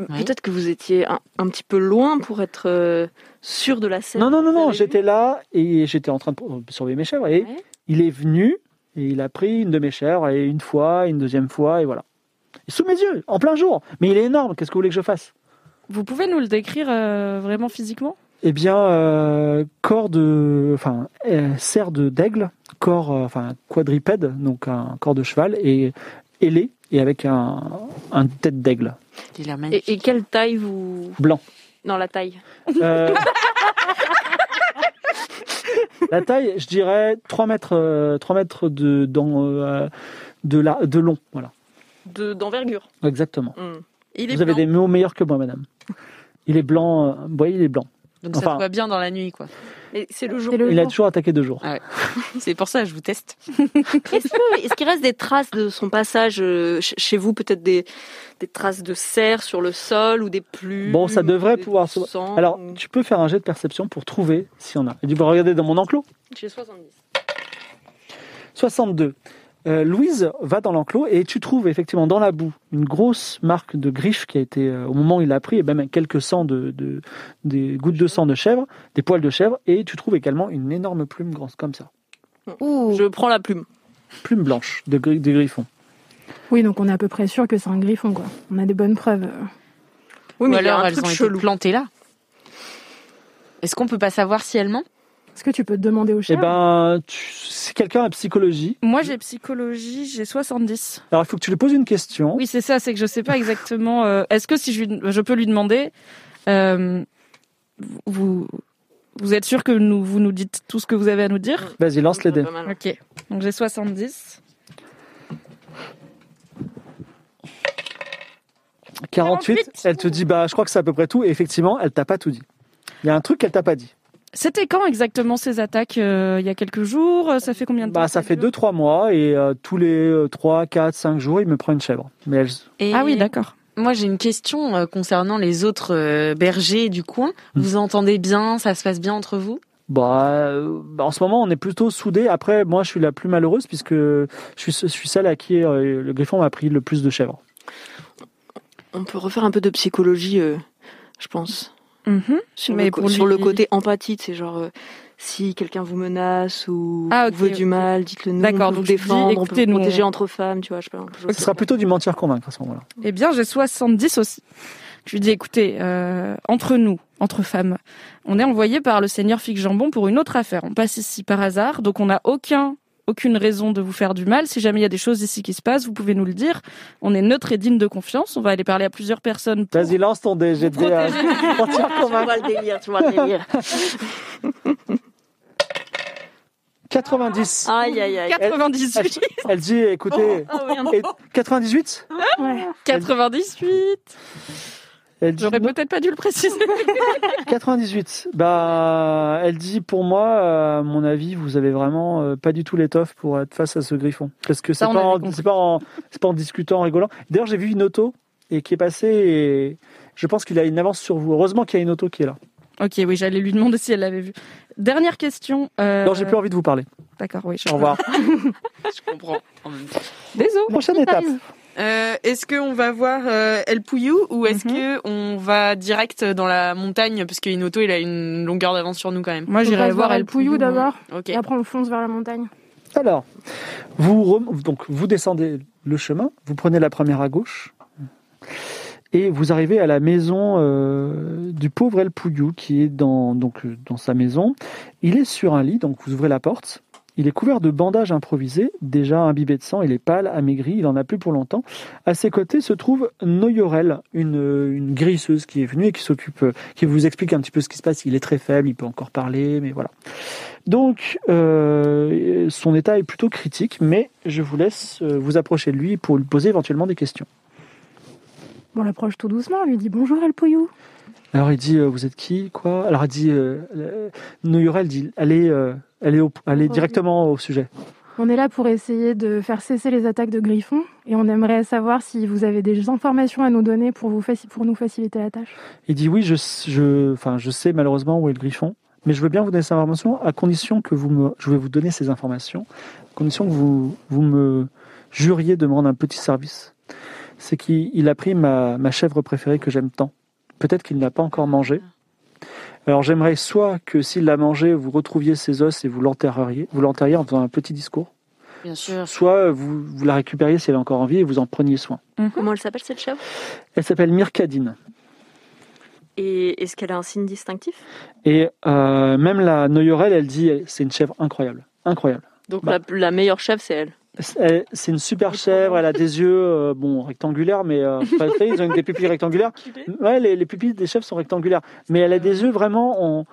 Oui. Peut-être que vous étiez un, un petit peu loin pour être euh, sûr de la scène. Non, non, non, Vous non. avez vu J'étais là et j'étais en train de surveiller mes chèvres et Ouais. il est venu et il a pris une de mes chèvres et une fois, une deuxième fois et voilà. Et sous mes yeux, en plein jour. Mais il est énorme. Qu'est-ce que vous voulez que je fasse Vous pouvez nous le décrire euh, vraiment physiquement Eh bien, euh, corps de, enfin, euh, cerf de d'aigle, corps, euh, enfin, quadrupède, donc un corps de cheval et ailé et avec un, un tête d'aigle Il est magnifique. Et, et quelle taille vous. blanc. Non, la taille. Euh, la taille, je dirais 3 mètres, euh, 3 mètres de, dans, euh, de, la, de long. Voilà, De- D'envergure. exactement. Hmm. Il est Vous avez blanc. des mots meilleurs que moi, madame. Il est blanc, euh, oui, il est blanc. Donc ça enfin- te voit bien dans la nuit, quoi. Mais c'est le jour. C'est le Il a jour. toujours attaqué deux jours. C'est pour ça, je vous teste. Est-ce que- est-ce qu'il reste des traces de son passage euh, ch- chez vous Peut-être des, des traces de serre sur le sol ou des plumes Bon, ça devrait ou des pouvoir se- sangs, Alors, ou- tu peux faire un jet de perception pour trouver s'il y en a. Il dit, bah, regardez dans mon enclos. J'ai 70. 62. Euh, Louise va dans l'enclos et tu trouves effectivement dans la boue une grosse marque de griffe qui a été, euh, au moment où il l'a pris, et même quelques sangs de, de- des gouttes de sang de chèvre, des poils de chèvre, et tu trouves également une énorme plume grosse comme ça. Ouh. Je prends la plume. Plume blanche de, gri- Eh de griffon. Oui, donc on est à peu près sûr que c'est un griffon, quoi. On a des bonnes preuves. euh. Oui, Ou mais il y a alors un elles truc ont chelou. été plantées là. Est-ce qu'on peut pas savoir si elles ment Est-ce que tu peux te demander au Eh chèvre ben, tu- si quelqu'un a psychologie, Moi, j'ai psychologie, j'ai 70. alors il faut que tu lui poses une question. Oui, c'est ça, c'est que je sais pas exactement. euh, Est-ce que si je, lui- je peux lui demander, euh, vous, vous êtes sûr que nous, vous nous dites tout ce que vous avez à nous dire Vas-y, lance les dés. Pas mal. Ok, donc j'ai 70. 48, elle te dit, bah, je crois que c'est à peu près tout, et effectivement, elle t'a pas tout dit. Il y a un truc qu'elle t'a pas dit. C'était quand exactement ces attaques euh, Il y a quelques jours euh, Ça fait combien de temps Bah, ça fait dure 2-3 mois, et euh, tous les 3, 4, 5 jours, il me prend une chèvre. Mais elle, Et Ah oui, d'accord. Moi, j'ai une question euh, concernant les autres euh, bergers du coin. Vous entendez bien Ça se passe bien entre vous Bah, euh, bah, en ce moment, on est plutôt soudés. Après, moi, je suis la plus malheureuse puisque je suis, je suis celle à qui euh, le griffon m'a pris le plus de chèvres. On peut refaire un peu de psychologie, euh, je pense. Mhm. Sur, Mais le, co- pour sur le lui- côté empathie, c'est genre euh, si quelqu'un vous menace ou Ah, vous ok, veut ok. du mal, dites-le nous. on D'accord, peut donc vous je dis, défendre, on peut écoutez, vous nous, on- protéger entre femmes, tu vois. Je sais pas, je Ce sais sera pas. plutôt du mentir-convaincre à ce moment-là. Eh bien, j'ai 70 aussi. Je lui dis, écoutez, euh, entre nous, entre femmes, on est envoyé par le seigneur Fig Jambon pour une autre affaire. On passe ici par hasard, donc on n'a aucun, aucune raison de vous faire du mal. Si jamais il y a des choses ici qui se passent, vous pouvez nous le dire. On est neutre et digne de confiance. On va aller parler à plusieurs personnes. pour- Vas-y, lance ton dé, j'ai de dé à- pour te faire Tu convaincre. vois le délire, tu vois le délire. 90. Aïe, aïe, aïe. 98 Elle dit, écoutez, Oh, et- 98 Ouais. 98 Elle dit J'aurais peut-être pas dû le préciser. 98. Bah, elle dit pour moi, euh, à mon avis, vous avez vraiment euh, pas du tout l'étoffe pour être face à ce griffon. Parce que c'est Ça, on pas, avait en- compris. c'est pas, en- c'est pas en discutant, en rigolant. D'ailleurs, j'ai vu une auto et qui est passée et je pense qu'il a une avance sur vous. Heureusement qu'il y a une auto qui est là. Ok, oui, j'allais lui demander si elle l'avait vu. Dernière question. euh, Non, j'ai plus envie de vous parler. D'accord, oui. je- Au revoir. Je comprends. en même temps. Désolé. Prochaine étape. Euh, est-ce qu'on va voir euh, El Pouillou ou est-ce que on va direct dans la montagne parce que Inoto il a une longueur d'avance sur nous quand même. Moi, On j'irai passe voir El Pouillou d'abord, Ok. et après on fonce vers la montagne. Alors, vous, rem- donc, vous descendez le chemin, vous prenez la première à gauche, et vous arrivez à la maison euh, du pauvre El Pouillou, qui est dans, donc, euh, dans sa maison. Il est sur un lit, donc vous ouvrez la porte. Il est couvert de bandages improvisés, déjà imbibé de sang, il est pâle, amaigri, il en a plus pour longtemps. À ses côtés se trouve Noyorel, une, euh, une grisseuse qui est venue et qui s'occupe, euh, qui vous explique un petit peu ce qui se passe. Il est très faible, il peut encore parler, mais voilà. Donc, euh, son état est plutôt critique, mais je vous laisse euh, vous approcher de lui pour lui poser éventuellement des questions. Bon, on l'approche tout doucement, on lui dit bonjour El Pouillou. Alors, il dit euh, Vous êtes qui Quoi Alors, elle dit euh, euh, Noyurel dit Allez, euh, allez, au- allez directement au sujet. On est là pour essayer de faire cesser les attaques de griffons et on aimerait savoir si vous avez des informations à nous donner pour, vous faci- pour nous faciliter la tâche. Il dit Oui, je, je, enfin, je sais malheureusement où est le griffon, mais je veux bien vous donner ces informations à condition que vous me. Je vais vous donner ces informations, à condition que vous, vous me juriez de me rendre un petit service. C'est qu'il il a pris ma, ma chèvre préférée que j'aime tant. Peut-être qu'il n'a pas encore mangé. Alors j'aimerais soit que s'il l'a mangé, vous retrouviez ses os et vous l'enterreriez, vous l'enterriez en faisant un petit discours, Bien sûr. soit vous, vous la récupériez si elle est encore en vie et vous en preniez soin. Comment elle s'appelle cette chèvre Elle s'appelle Myrcadine. Et est-ce qu'elle a un signe distinctif Et euh, même la Noyorel, elle dit, elle- c'est une chèvre incroyable, incroyable. Donc Bah. la, la meilleure chèvre, c'est elle. C'est elle- c'est une super chèvre, elle a des yeux, euh, bon, rectangulaires, mais euh, pas- vous savez, ils ont une des pupilles rectangulaires. Ouais, les, les pupilles des chèvres sont rectangulaires, mais elle a des yeux vraiment en...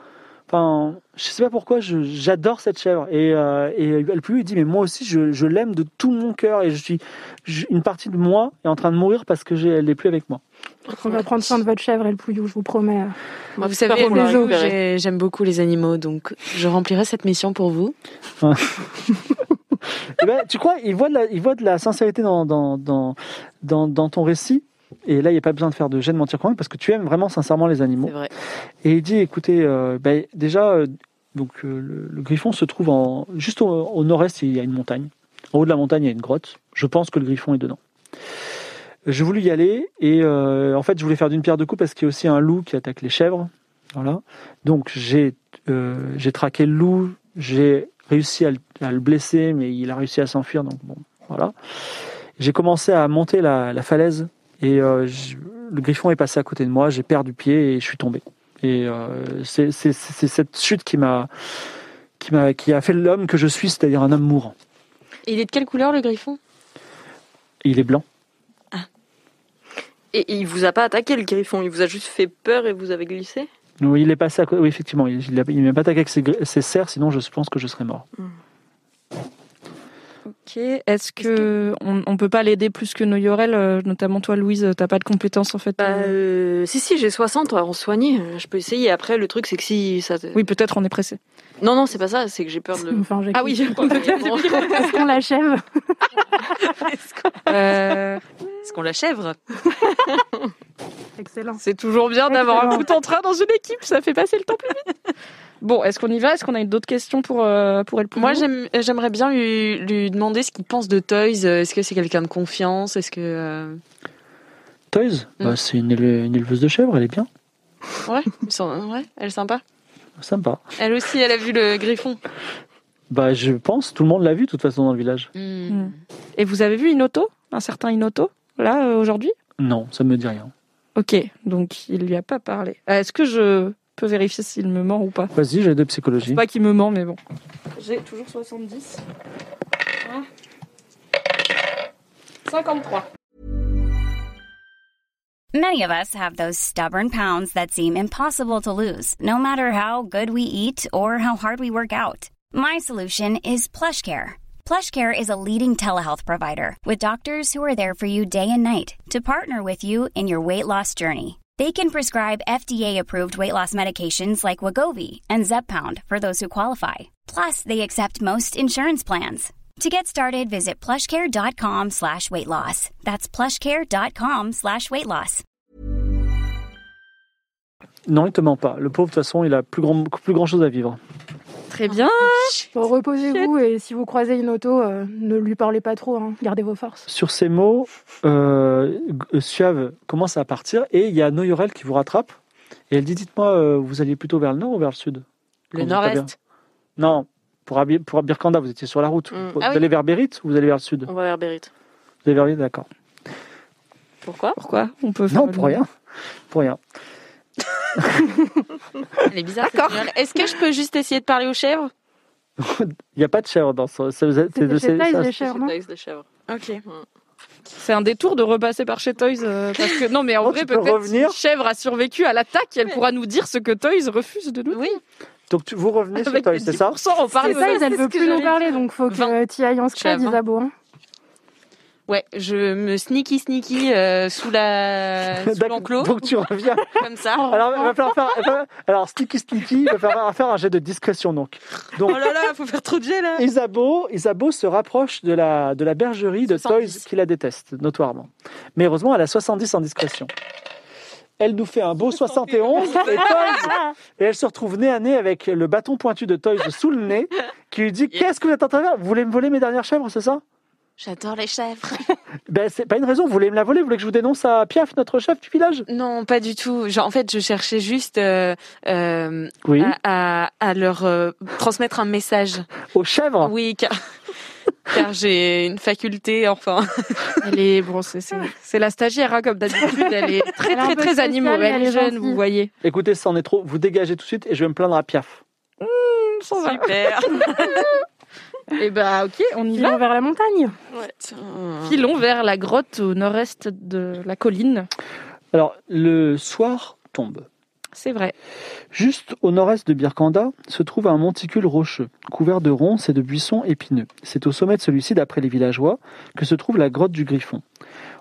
Enfin, je sais pas pourquoi, je- j'adore cette chèvre. Et, euh, et elle plus, il dit, mais moi aussi, je, je l'aime de tout mon cœur. Et je suis, je- une partie de moi est en train de mourir parce que j'ai- elle n'est plus avec moi. On va prendre soin de votre chèvre El Pouillou, je vous promets. Moi, Vous j'espère savez, qu'on l'a Léo, récupérée. j'ai- j'aime beaucoup les animaux, donc je remplirai cette mission pour vous. Eh ben, tu crois, il voit de la, il voit de la sincérité dans, dans, dans, dans, dans ton récit. Et là, il n'y a pas besoin de faire de jet de mentir convaincre parce que tu aimes vraiment sincèrement les animaux. C'est vrai. Et il dit, écoutez, euh, ben, déjà, euh, donc euh, le, le griffon se trouve en, juste au, au nord-est, il y a une montagne. En haut de la montagne, il y a une grotte. Je pense que le griffon est dedans. Je voulais y aller et euh, en fait, je voulais faire d'une pierre deux coups parce qu'il y a aussi un loup qui attaque les chèvres. Voilà. Donc j'ai euh, j'ai traqué le loup, j'ai réussi à le, à le blesser, mais il a réussi à s'enfuir. Donc bon, voilà. J'ai commencé à monter la, la falaise et euh, je- le griffon est passé à côté de moi. J'ai perdu pied et je suis tombé. Et euh, c'est c'est- c'est cette chute qui m'a qui m'a qui a fait l'homme que je suis, c'est-à-dire un homme mourant. Et il est de quelle couleur le griffon Et il est blanc. Et il vous a pas attaqué, le griffon. Il vous a juste fait peur et vous avez glissé Oui, il est passé à côté. Oui, effectivement, il il a- il m'a pas attaqué avec ses, gr- ses serres, sinon je pense que je serais mort. Ok. Est-ce que on, on peut pas l'aider plus que Noyorel, euh, notamment toi, Louise, euh, t'as pas de compétences en fait. Bah, euh, euh, si, si, j'ai 60 à en soigner. euh, Je peux essayer. Après, le truc, c'est que si ça. te- Oui, peut-être on est pressé. Non, non, c'est pas ça. C'est que j'ai peur de le. Enfin, j'ai- Ah oui. Bon. Est-ce qu'on l'achève Euh, Est-ce qu'on la chèvre Excellent. C'est toujours bien d'avoir un Excellent. bout en train dans une équipe, ça fait passer le temps plus vite. Bon, est-ce qu'on y va Est-ce qu'on a d'autres questions pour euh, pour El Pouillou Moi, j'aime- j'aimerais bien lui, lui demander ce qu'il pense de Toys. Euh, Est-ce que c'est quelqu'un de confiance Est-ce que euh, Toys, Mm. bah, c'est une, éle- une éleveuse de chèvres, elle est bien, ouais, ils sont- ouais, elle est sympa. sympa. Elle aussi, elle a vu le griffon. Bah, je pense, tout le monde l'a vu de toute façon dans le village. Hmm. Et vous avez vu Inoto, un certain Inoto, là euh, aujourd'hui Non, ça me dit rien. Ok, donc il lui a pas parlé. Ah, Est-ce que je peux vérifier s'il me ment ou pas Vas-y, j'ai deux Je sais psychologies. pas qu'il me ment, mais bon. J'ai toujours 70. Hein 53. Many of us have those stubborn pounds that seem impossible to lose, no matter how good we eat or how hard we work out. My solution is PlushCare. PlushCare is a leading telehealth provider with doctors who are there for you day and night to partner with you in your weight loss journey. They can prescribe FDA-approved weight loss medications like Wagovi and Zepbound for those who qualify. Plus, they accept most insurance plans. To get started, visit plushcare.com slash weight loss. That's plushcare.com slash weight loss. Non, il te ment pas. Le pauvre, de toute façon, il a plus grand, plus grand chose à vivre. Très bien. Bon, reposez-vous et si vous croisez une auto, euh, ne lui parlez pas trop, hein. gardez vos forces. Sur ces mots, euh, G- Suave commence à partir et il y a Noyorel qui vous rattrape. Et elle dit Dites-moi, euh, vous alliez plutôt vers le nord ou vers le sud Quand vous Le êtes à Bir- nord-est. Non, pour, Abi- pour Birkanda, vous étiez sur la route. Mm. Vous Ah oui. allez vers Bérite ou vous allez vers le sud Mm. On va vers Bérite. Vous allez vers Bérite, d'accord. Pourquoi Pourquoi On peut faire Non, le- pour rien. Pour rien. Elle est bizarre. cette gueule. Est-ce que je peux juste essayer de parler aux chèvres Il n'y a pas de chèvre dans ce. C'est C'est des chez Thaïs, des C'est chèvres, non Taïs de chèvre. Ok. C'est un détour de repasser par chez Toys euh, parce que non mais en Non, vrai tu peux peut-être si revenir. Chèvre a survécu à l'attaque, elle Ouais. pourra nous dire ce que Toys refuse de nous. dire. Oui. Donc tu- vous revenez sur Toys, c'est ça on parle C'est de ça, ça. elle c'est veut ce que plus nous j'allais parler, donc faut que euh, tu ailles en scred, Chèvre. Isabeau. hein. Ouais, je me sneaky sneaky euh, sous la sous D'accord. l'enclos Donc tu reviens. comme ça. Alors, il va falloir faire, il va- alors Sneaky Sneaky, il va falloir faire un jet de discrétion donc. Oh Donc là là, faut faire trop de hein. jet là. Isabeau, Isabeau se rapproche de la, de la bergerie de 70. Toys qui la déteste notoirement. Mais heureusement, elle a 70 en discrétion. Elle nous fait un beau 71 et, Toys, et elle se retrouve nez à nez avec le bâton pointu de Toys sous le nez qui lui dit Qu'est-ce que vous êtes en train de faire Vous voulez me voler mes dernières chèvres, c'est ça J'adore les chèvres. Ben, c'est pas une raison, vous voulez me la voler Vous voulez que je vous dénonce à Piaf, notre chef du village Non, pas du tout. Genre, en fait, je cherchais juste euh, euh, Oui. à, à- à leur euh, transmettre un message. Aux chèvres Oui, car, car j'ai une faculté, enfin. Elle est bon, c'est c'est- c'est la stagiaire hein, comme d'habitude, elle est très Elle est un très peu très spéciale, animale, mais elle est jeune, gentille. vous voyez. Écoutez, ça en est trop, vous dégagez tout de suite et je vais me plaindre à Piaf. hein. Super. Et bah OK, on y Ils vont va. vers la montagne. Mmh. Filons vers la grotte au nord-est de la colline. Alors, le soir tombe. C'est vrai. Juste au nord-est de Birkanda se trouve un monticule rocheux, couvert de ronces et de buissons épineux. C'est au sommet de celui-ci, d'après les villageois, que se trouve la grotte du Griffon.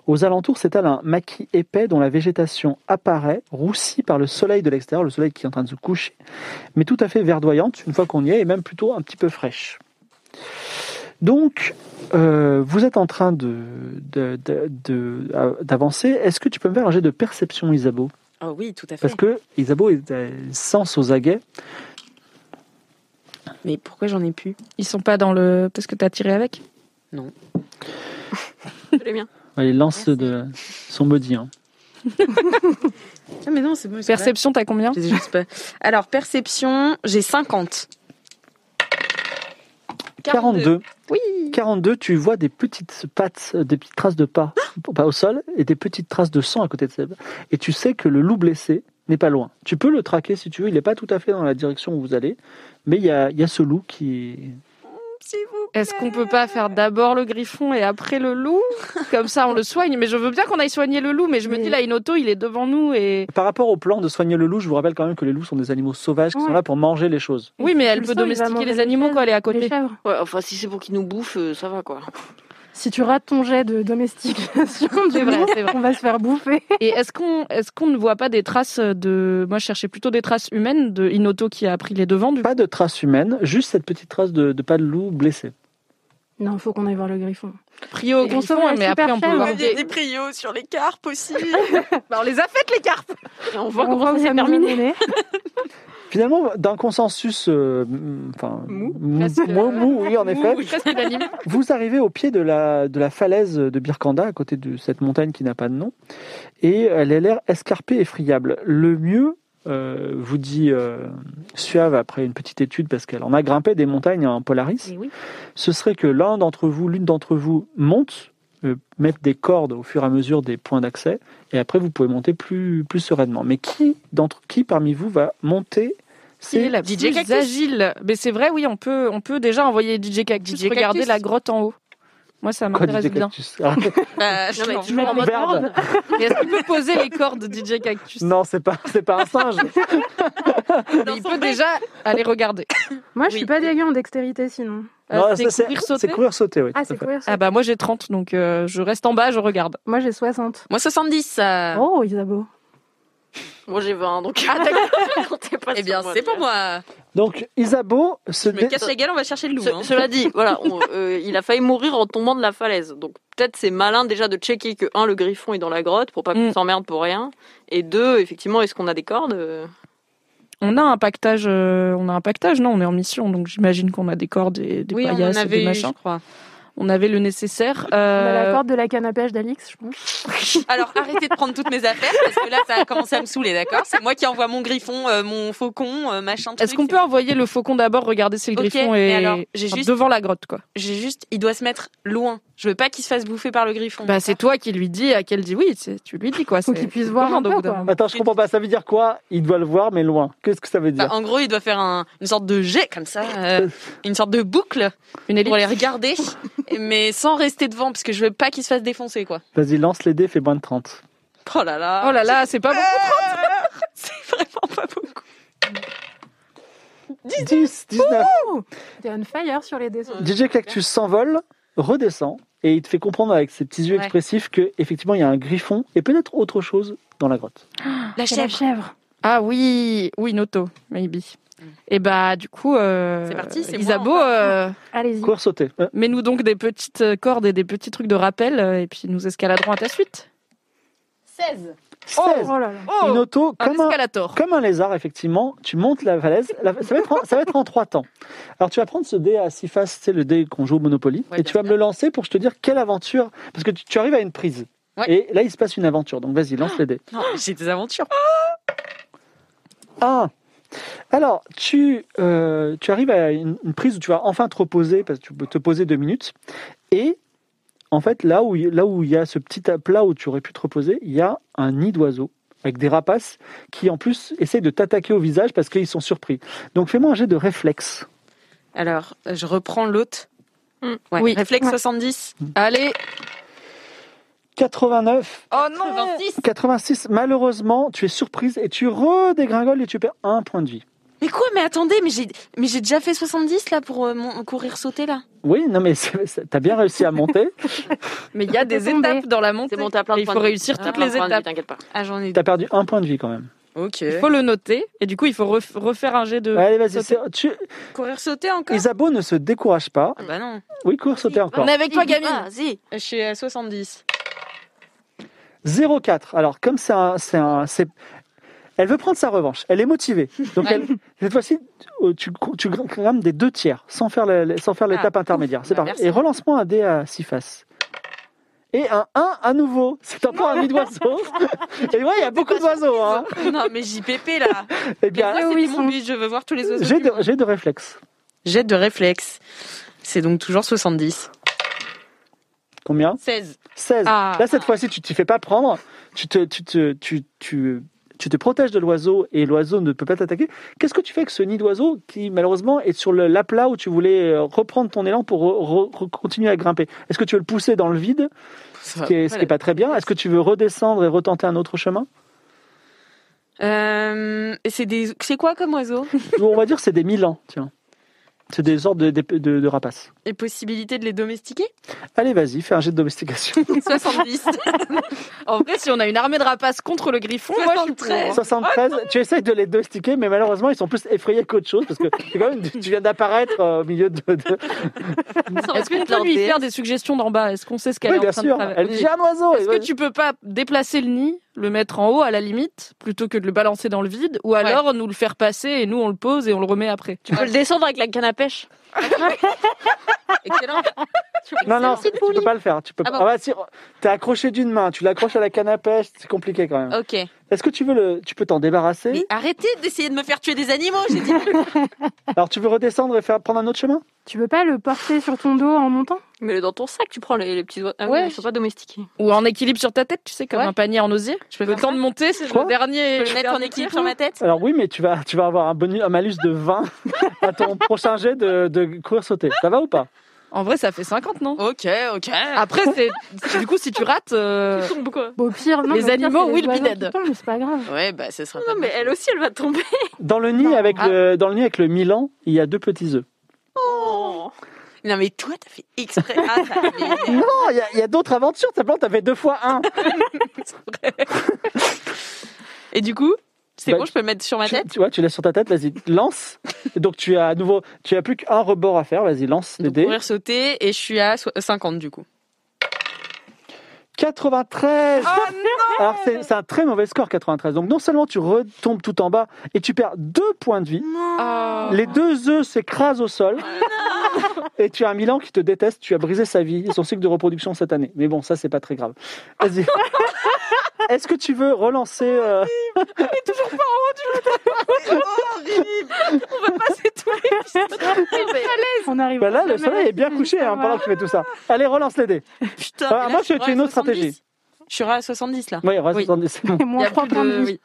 Aux alentours s'étale un maquis épais dont la végétation apparaît, roussie par le soleil de l'extérieur, le soleil qui est en train de se coucher, mais tout à fait verdoyante une fois qu'on y est, et même plutôt un petit peu fraîche. Donc, euh, vous êtes en train de- de- de- de- euh, d'avancer. Est-ce que tu peux me faire un jet de perception, Isabeau Oh oui, tout à fait. parce que Isabeau est euh, sens aux aguets. Mais pourquoi j'en ai plus Ils sont pas dans le parce que t'as tiré avec. Les miens. Ouais, Il lance de son maudit. hein. Ah mais non, c'est bon. Perception. Perception, t'as combien Je sais juste pas. Alors perception, j'ai 50. 42. Oui. 42, tu vois des petites pattes, euh, des petites traces de pas, pas au sol et des petites traces de sang à côté de Seb. Et tu sais que le loup blessé n'est pas loin. Tu peux le traquer si tu veux, il n'est pas tout à fait dans la direction où vous allez, mais il y a, il y a ce loup qui... Est-ce qu'on peut pas faire d'abord le griffon et après le loup Comme ça, on le soigne. Mais je veux bien qu'on aille soigner le loup, mais je me dis là, une auto, il est devant nous et. Par rapport au plan de soigner le loup, je vous rappelle quand même que les loups sont des animaux sauvages qui sont Ouais. là pour manger les choses. Oui, mais elle Tu le peut sens, il va domestiquer manger les animaux quoi, elle est à Les côté. chèvres. Ouais, enfin, si c'est pour qu'ils nous bouffent, euh, ça va quoi. Si tu rates ton jet de domestication, C'est vrai, du c'est vrai. coup, on va se faire bouffer. Et est-ce qu'on est-ce qu'on ne voit pas des traces de Moi, je cherchais plutôt des traces humaines de Inoto qui a pris les devants du. Pas de traces humaines, juste cette petite trace de, de pas de loup blessé. Non, faut qu'on aille voir le griffon. Prio au Et griffon, ils sont ouais, mais super après on peut chers, voir ouais. des. prios sur les carpes aussi. Bah, on les a faites les carpes. Et on voit On voit comment où ça ça s'est nous a terminé. menés. Finalement, d'un consensus, euh, mm, enfin, Mou. mou, Presque, mou, mou, oui, en effet. Ouh, presque unanime. Vous arrivez au pied de la, de la falaise de Birkanda, à côté de cette montagne qui n'a pas de nom, et elle a l'air escarpée et friable. Le mieux, euh, vous dit euh, Suave après une petite étude, parce qu'elle en a grimpé des montagnes en Polaris, Eh oui. ce serait que l'un d'entre vous, l'une d'entre vous monte euh, mettre des cordes au fur et à mesure des points d'accès, et après vous pouvez monter plus, plus sereinement. Mais qui, d'entre, qui parmi vous va monter C'est ces... la DJ DJ plus Cactus. agile. Mais c'est vrai, oui, on peut, on peut déjà envoyer DJ Cactus DJ regarder Cactus. la grotte en haut. Moi, ça Quoi, m'intéresse DJ bien. Cactus Ah, Bah, je Non, mais l'en- tu Je mets en mode Merde. corde. Mais est-ce qu'il peut poser les cordes, DJ Cactus Non, c'est pas, c'est pas un singe. Mais Il peut déjà aller regarder. Moi, je Oui. suis pas dégueu en dextérité sinon. Euh, Non, c'est ça, courir, C'est sauter. courir sauter, oui. Ah, tout à c'est fait. courir. Ah bah moi j'ai 30, donc euh, je reste en bas, je regarde. Moi, j'ai 60. Moi 70. Ah. euh, Oh, Isabeau. Moi j'ai 20, donc. Ah, d'accord. comptez pas Eh sur bien, moi, c'est pour déjà. moi. Donc Isabeau se Je dé- me casse la gueule, on va chercher le loup. Ce- hein. Cela dit, voilà, on- euh, il a failli mourir en tombant de la falaise. Donc peut-être c'est malin déjà de checker que un le griffon est dans la grotte pour pas qu'on Mm. s'emmerde pour rien. Et deux, effectivement, est-ce qu'on a des cordes euh, On a un pactage, euh, on a un pactage, non, on est en mission, donc j'imagine qu'on a des cordes et des Oui, on en paillasses et avait des eu, je machins. crois. On avait le nécessaire. On a la euh, corde de la canne à pêche d'Alix, je pense. Alors arrêtez de prendre toutes mes affaires parce que là ça a commencé à me saouler, d'accord C'est moi qui envoie mon griffon, euh, mon faucon, euh, machin. Est-ce qu'on peut envoyer le faucon d'abord regarder si le Ok, griffon mais est alors, j'ai enfin, juste- devant la grotte quoi J'ai juste, il doit se mettre loin. Je veux pas qu'il se fasse bouffer par le griffon. Bah c'est toi qui lui dis à quel dit oui, c'est- tu lui dis quoi Faut c'est- qu'il puisse c'est voir un commande au peu, bout d'un quoi. moment. Attends, je comprends pas. Ça veut dire quoi Il doit le voir, mais loin. Qu'est-ce que ça veut Bah, dire en gros, il doit faire un- une sorte de jet comme ça, euh, une sorte de boucle Une ellipse. pour les regarder, mais sans rester devant parce que je veux pas qu'il se fasse défoncer quoi. Vas-y, lance les dés, fais moins de 30. Oh là là. Oh là là, Euh, c'est pas bon. C'est vraiment pas beaucoup. 10, 19. T'es on fire sur les Euh, dessins. DJ Cactus s'envole, redescend, et il te fait comprendre avec ses petits yeux Ouais. expressifs que effectivement il y a un griffon et peut-être autre chose dans la grotte. La C'est la chèvre. Ah oui, oui Noto, maybe. Et bah du coup, euh, Mm. C'est parti, c'est moi, Isabeau, encore. euh, Allez-y. Courir sauter. Euh, mets-nous donc des petites cordes et des petits trucs de rappel euh, et puis nous escaladerons à ta suite. 16. 16. Oh là là. Oh, Une auto un comme un, escalator. comme un lézard, effectivement, tu montes la falaise. La- ça, va être en, ça va être en trois temps. Alors, tu vas prendre ce dé à six faces, c'est le dé qu'on joue au Monopoly, Ouais, et tu bien vas me le lancer pour que je te dire quelle aventure. Parce que tu, tu arrives à une prise. Ouais. Et là, il se passe une aventure. Donc, vas-y, lance les dés. J'ai des aventures. 1. Ah. Alors, tu, euh, tu arrives à une, une prise où tu vas enfin te reposer, parce que tu peux te poser deux minutes. Et en fait, là où, là où il y a ce petit plat où tu aurais pu te reposer, il y a un nid d'oiseaux avec des rapaces qui, en plus, essayent de t'attaquer au visage parce qu'ils sont surpris. Donc, fais-moi un jet de réflexe. Alors, euh, je reprends l'autre. Mm. Hmm. Ouais, Oui. Réflexe Ouais. 70. Allez, 89, oh non. 26. 86, malheureusement, tu es surprise et tu redégringoles et tu perds un point de vie. Mais quoi Mais attendez, mais j'ai mais j'ai déjà fait 70 là pour euh, mon- courir sauter là. Oui, non, mais c'est- c'est- t'as bien réussi à monter. Mais il y a des tomber. étapes dans la montée. C'est bon, t'as plein de Et il points faut de- réussir t'as toutes plein de les points de vie, étapes. T'inquiète pas. Ah j'en ai T'as perdu un point de vie quand même. OK. Il faut le noter et du coup il faut ref- refaire un jet de Allez, vas-y. Sauter. c'est- Tu... Euh, Courir sauter encore Isabeau ne se décourage pas. Ah bah non. Oui, cours sauter encore. On est avec toi, Ah, gamine. Vas-y. Je suis euh, à 70. 0,4. Alors, comme c'est un. c'est un- c'est- Elle veut prendre sa revanche. Elle est motivée. Donc, elle- cette fois-ci, euh, tu, tu grimmes des deux tiers, sans faire le- sans faire l'étape intermédiaire. C'est Bah, parti. merci. Et relance-moi un dé à six faces. Et un 1 à nouveau. C'est encore un nid d'oiseau. Et ouais, il y a beaucoup d'oiseaux. Hein. non mais JPP là. Eh Mais bien, Oh, moi oui, c'était ils mon sont- but, je veux voir tous les oiseaux. j'ai du de, monde. j'ai de réflexe. Jet de réflexe. C'est donc toujours 70. Combien 16. 16. Ah. Là, cette fois-ci, tu t'y fais pas prendre. Tu te, tu, te, tu, tu, tu te protèges de l'oiseau et l'oiseau ne peut pas t'attaquer. Qu'est-ce que tu fais avec ce nid d'oiseau qui, malheureusement, est sur le- l'aplat où tu voulais euh, reprendre ton élan pour re- re- re- continuer à grimper Est-ce que tu veux le pousser dans le vide, ce qui est, ce qui est pas très bien Est-ce que tu veux redescendre et retenter un autre chemin Euh, et c'est des c'est quoi comme oiseau On va dire que c'est des milans, tiens. C'est des sortes de, de, de- de rapaces. Et possibilité de les domestiquer Allez, vas-y, fais un jet de domestication. 70. En vrai, si on a une armée de rapaces contre le griffon, moi je suis pour. 73. 73, tu essayes de les domestiquer, mais malheureusement, ils sont plus effrayés qu'autre chose parce que c'est quand même, tu tu viens d'apparaître euh, au milieu de- de, Est-ce qu'on peut lui faire des suggestions d'en bas Est-ce qu'on sait ce qu'elle Oui, est en bien train sûr. de travailler Elle Ok. dit j'ai un oiseau. Est-ce Et que tu peux pas déplacer le nid, le mettre en haut à la limite, plutôt que de le balancer dans le vide, ou alors nous le faire passer et nous on le pose et on le remet après Tu peux le descendre avec la canne à pêche. Excellent. Non, non, tu Site pour peux pas le faire. Tu peux Ah pas. bon. Ah bah, si, t'es accroché d'une main, tu l'accroches à la canne à pêche, c'est compliqué quand même. Ok. Est-ce que tu veux le, tu peux t'en débarrasser Mais arrêtez d'essayer de me faire tuer des animaux, j'ai dit. Alors tu veux redescendre et faire prendre un autre chemin Tu veux pas le porter sur ton dos en montant Mais dans ton sac, tu prends les, les petits oiseaux. Ah oui, Ouais. ils sont pas domestiqués. Ou en équilibre sur ta tête, tu sais, comme Ouais. un panier en osier. Je peux Le faire ça temps de monter, c'est Quoi le dernier. Je peux le mettre en dernier équilibre tir. sur ma tête Alors oui, mais tu vas, tu vas avoir un, bonus, un malus de 20 à ton prochain jet de, de courir sauter. Ça va ou pas En vrai, ça fait 50, non Ok, ok. Ah, Après, c'est c'est- du coup, si tu rates, euh, tombes quoi Bon, au pire, non, Les mais au pire, animaux c'est les will be oiseaux dead. qui tombent, mais c'est pas grave. Ouais, bah, ce sera Non, mais elle aussi, elle va tomber. Dans le nid Non. avec Ah. le, dans le nid avec le Milan, il y a deux petits œufs. Non, mais toi, t'as fait exprès. Ah, ça m'énerve. Non, il y a, il y a d'autres aventures. Simplement, t'as fait deux fois un. Et du coup, c'est Bah, bon, je peux le mettre sur ma tu, tête tu vois, tu laisses sur ta tête. Vas-y, lance. Et donc tu as à nouveau, tu as plus qu'un rebord à faire. Vas-y, lance les Donc, dés. courir, sauter, et je suis à so- 50 du coup. 93 Ah, Alors c'est c'est un très mauvais score 93. Donc non seulement tu retombes tout en bas et tu perds deux points de vie, Ah. les deux œufs s'écrasent au sol Oh, et tu as un Milan qui te déteste, tu as brisé sa vie et son cycle de reproduction cette année. Mais bon, ça c'est pas très grave. Vas-y. Est-ce que tu veux relancer euh, On arrive. bah Là, le jamais soleil là, est bien c'est couché ça, hein, pendant voilà. que tu fais tout ça. Allez, relance les dés. Putain, Ah, mais moi, je suis j'ai une à autre stratégie. 70. Je suis à 70 là. Oui, relance Oui. 70, c'est bon. Et moins Il y a trois plus points de de- vie. oui.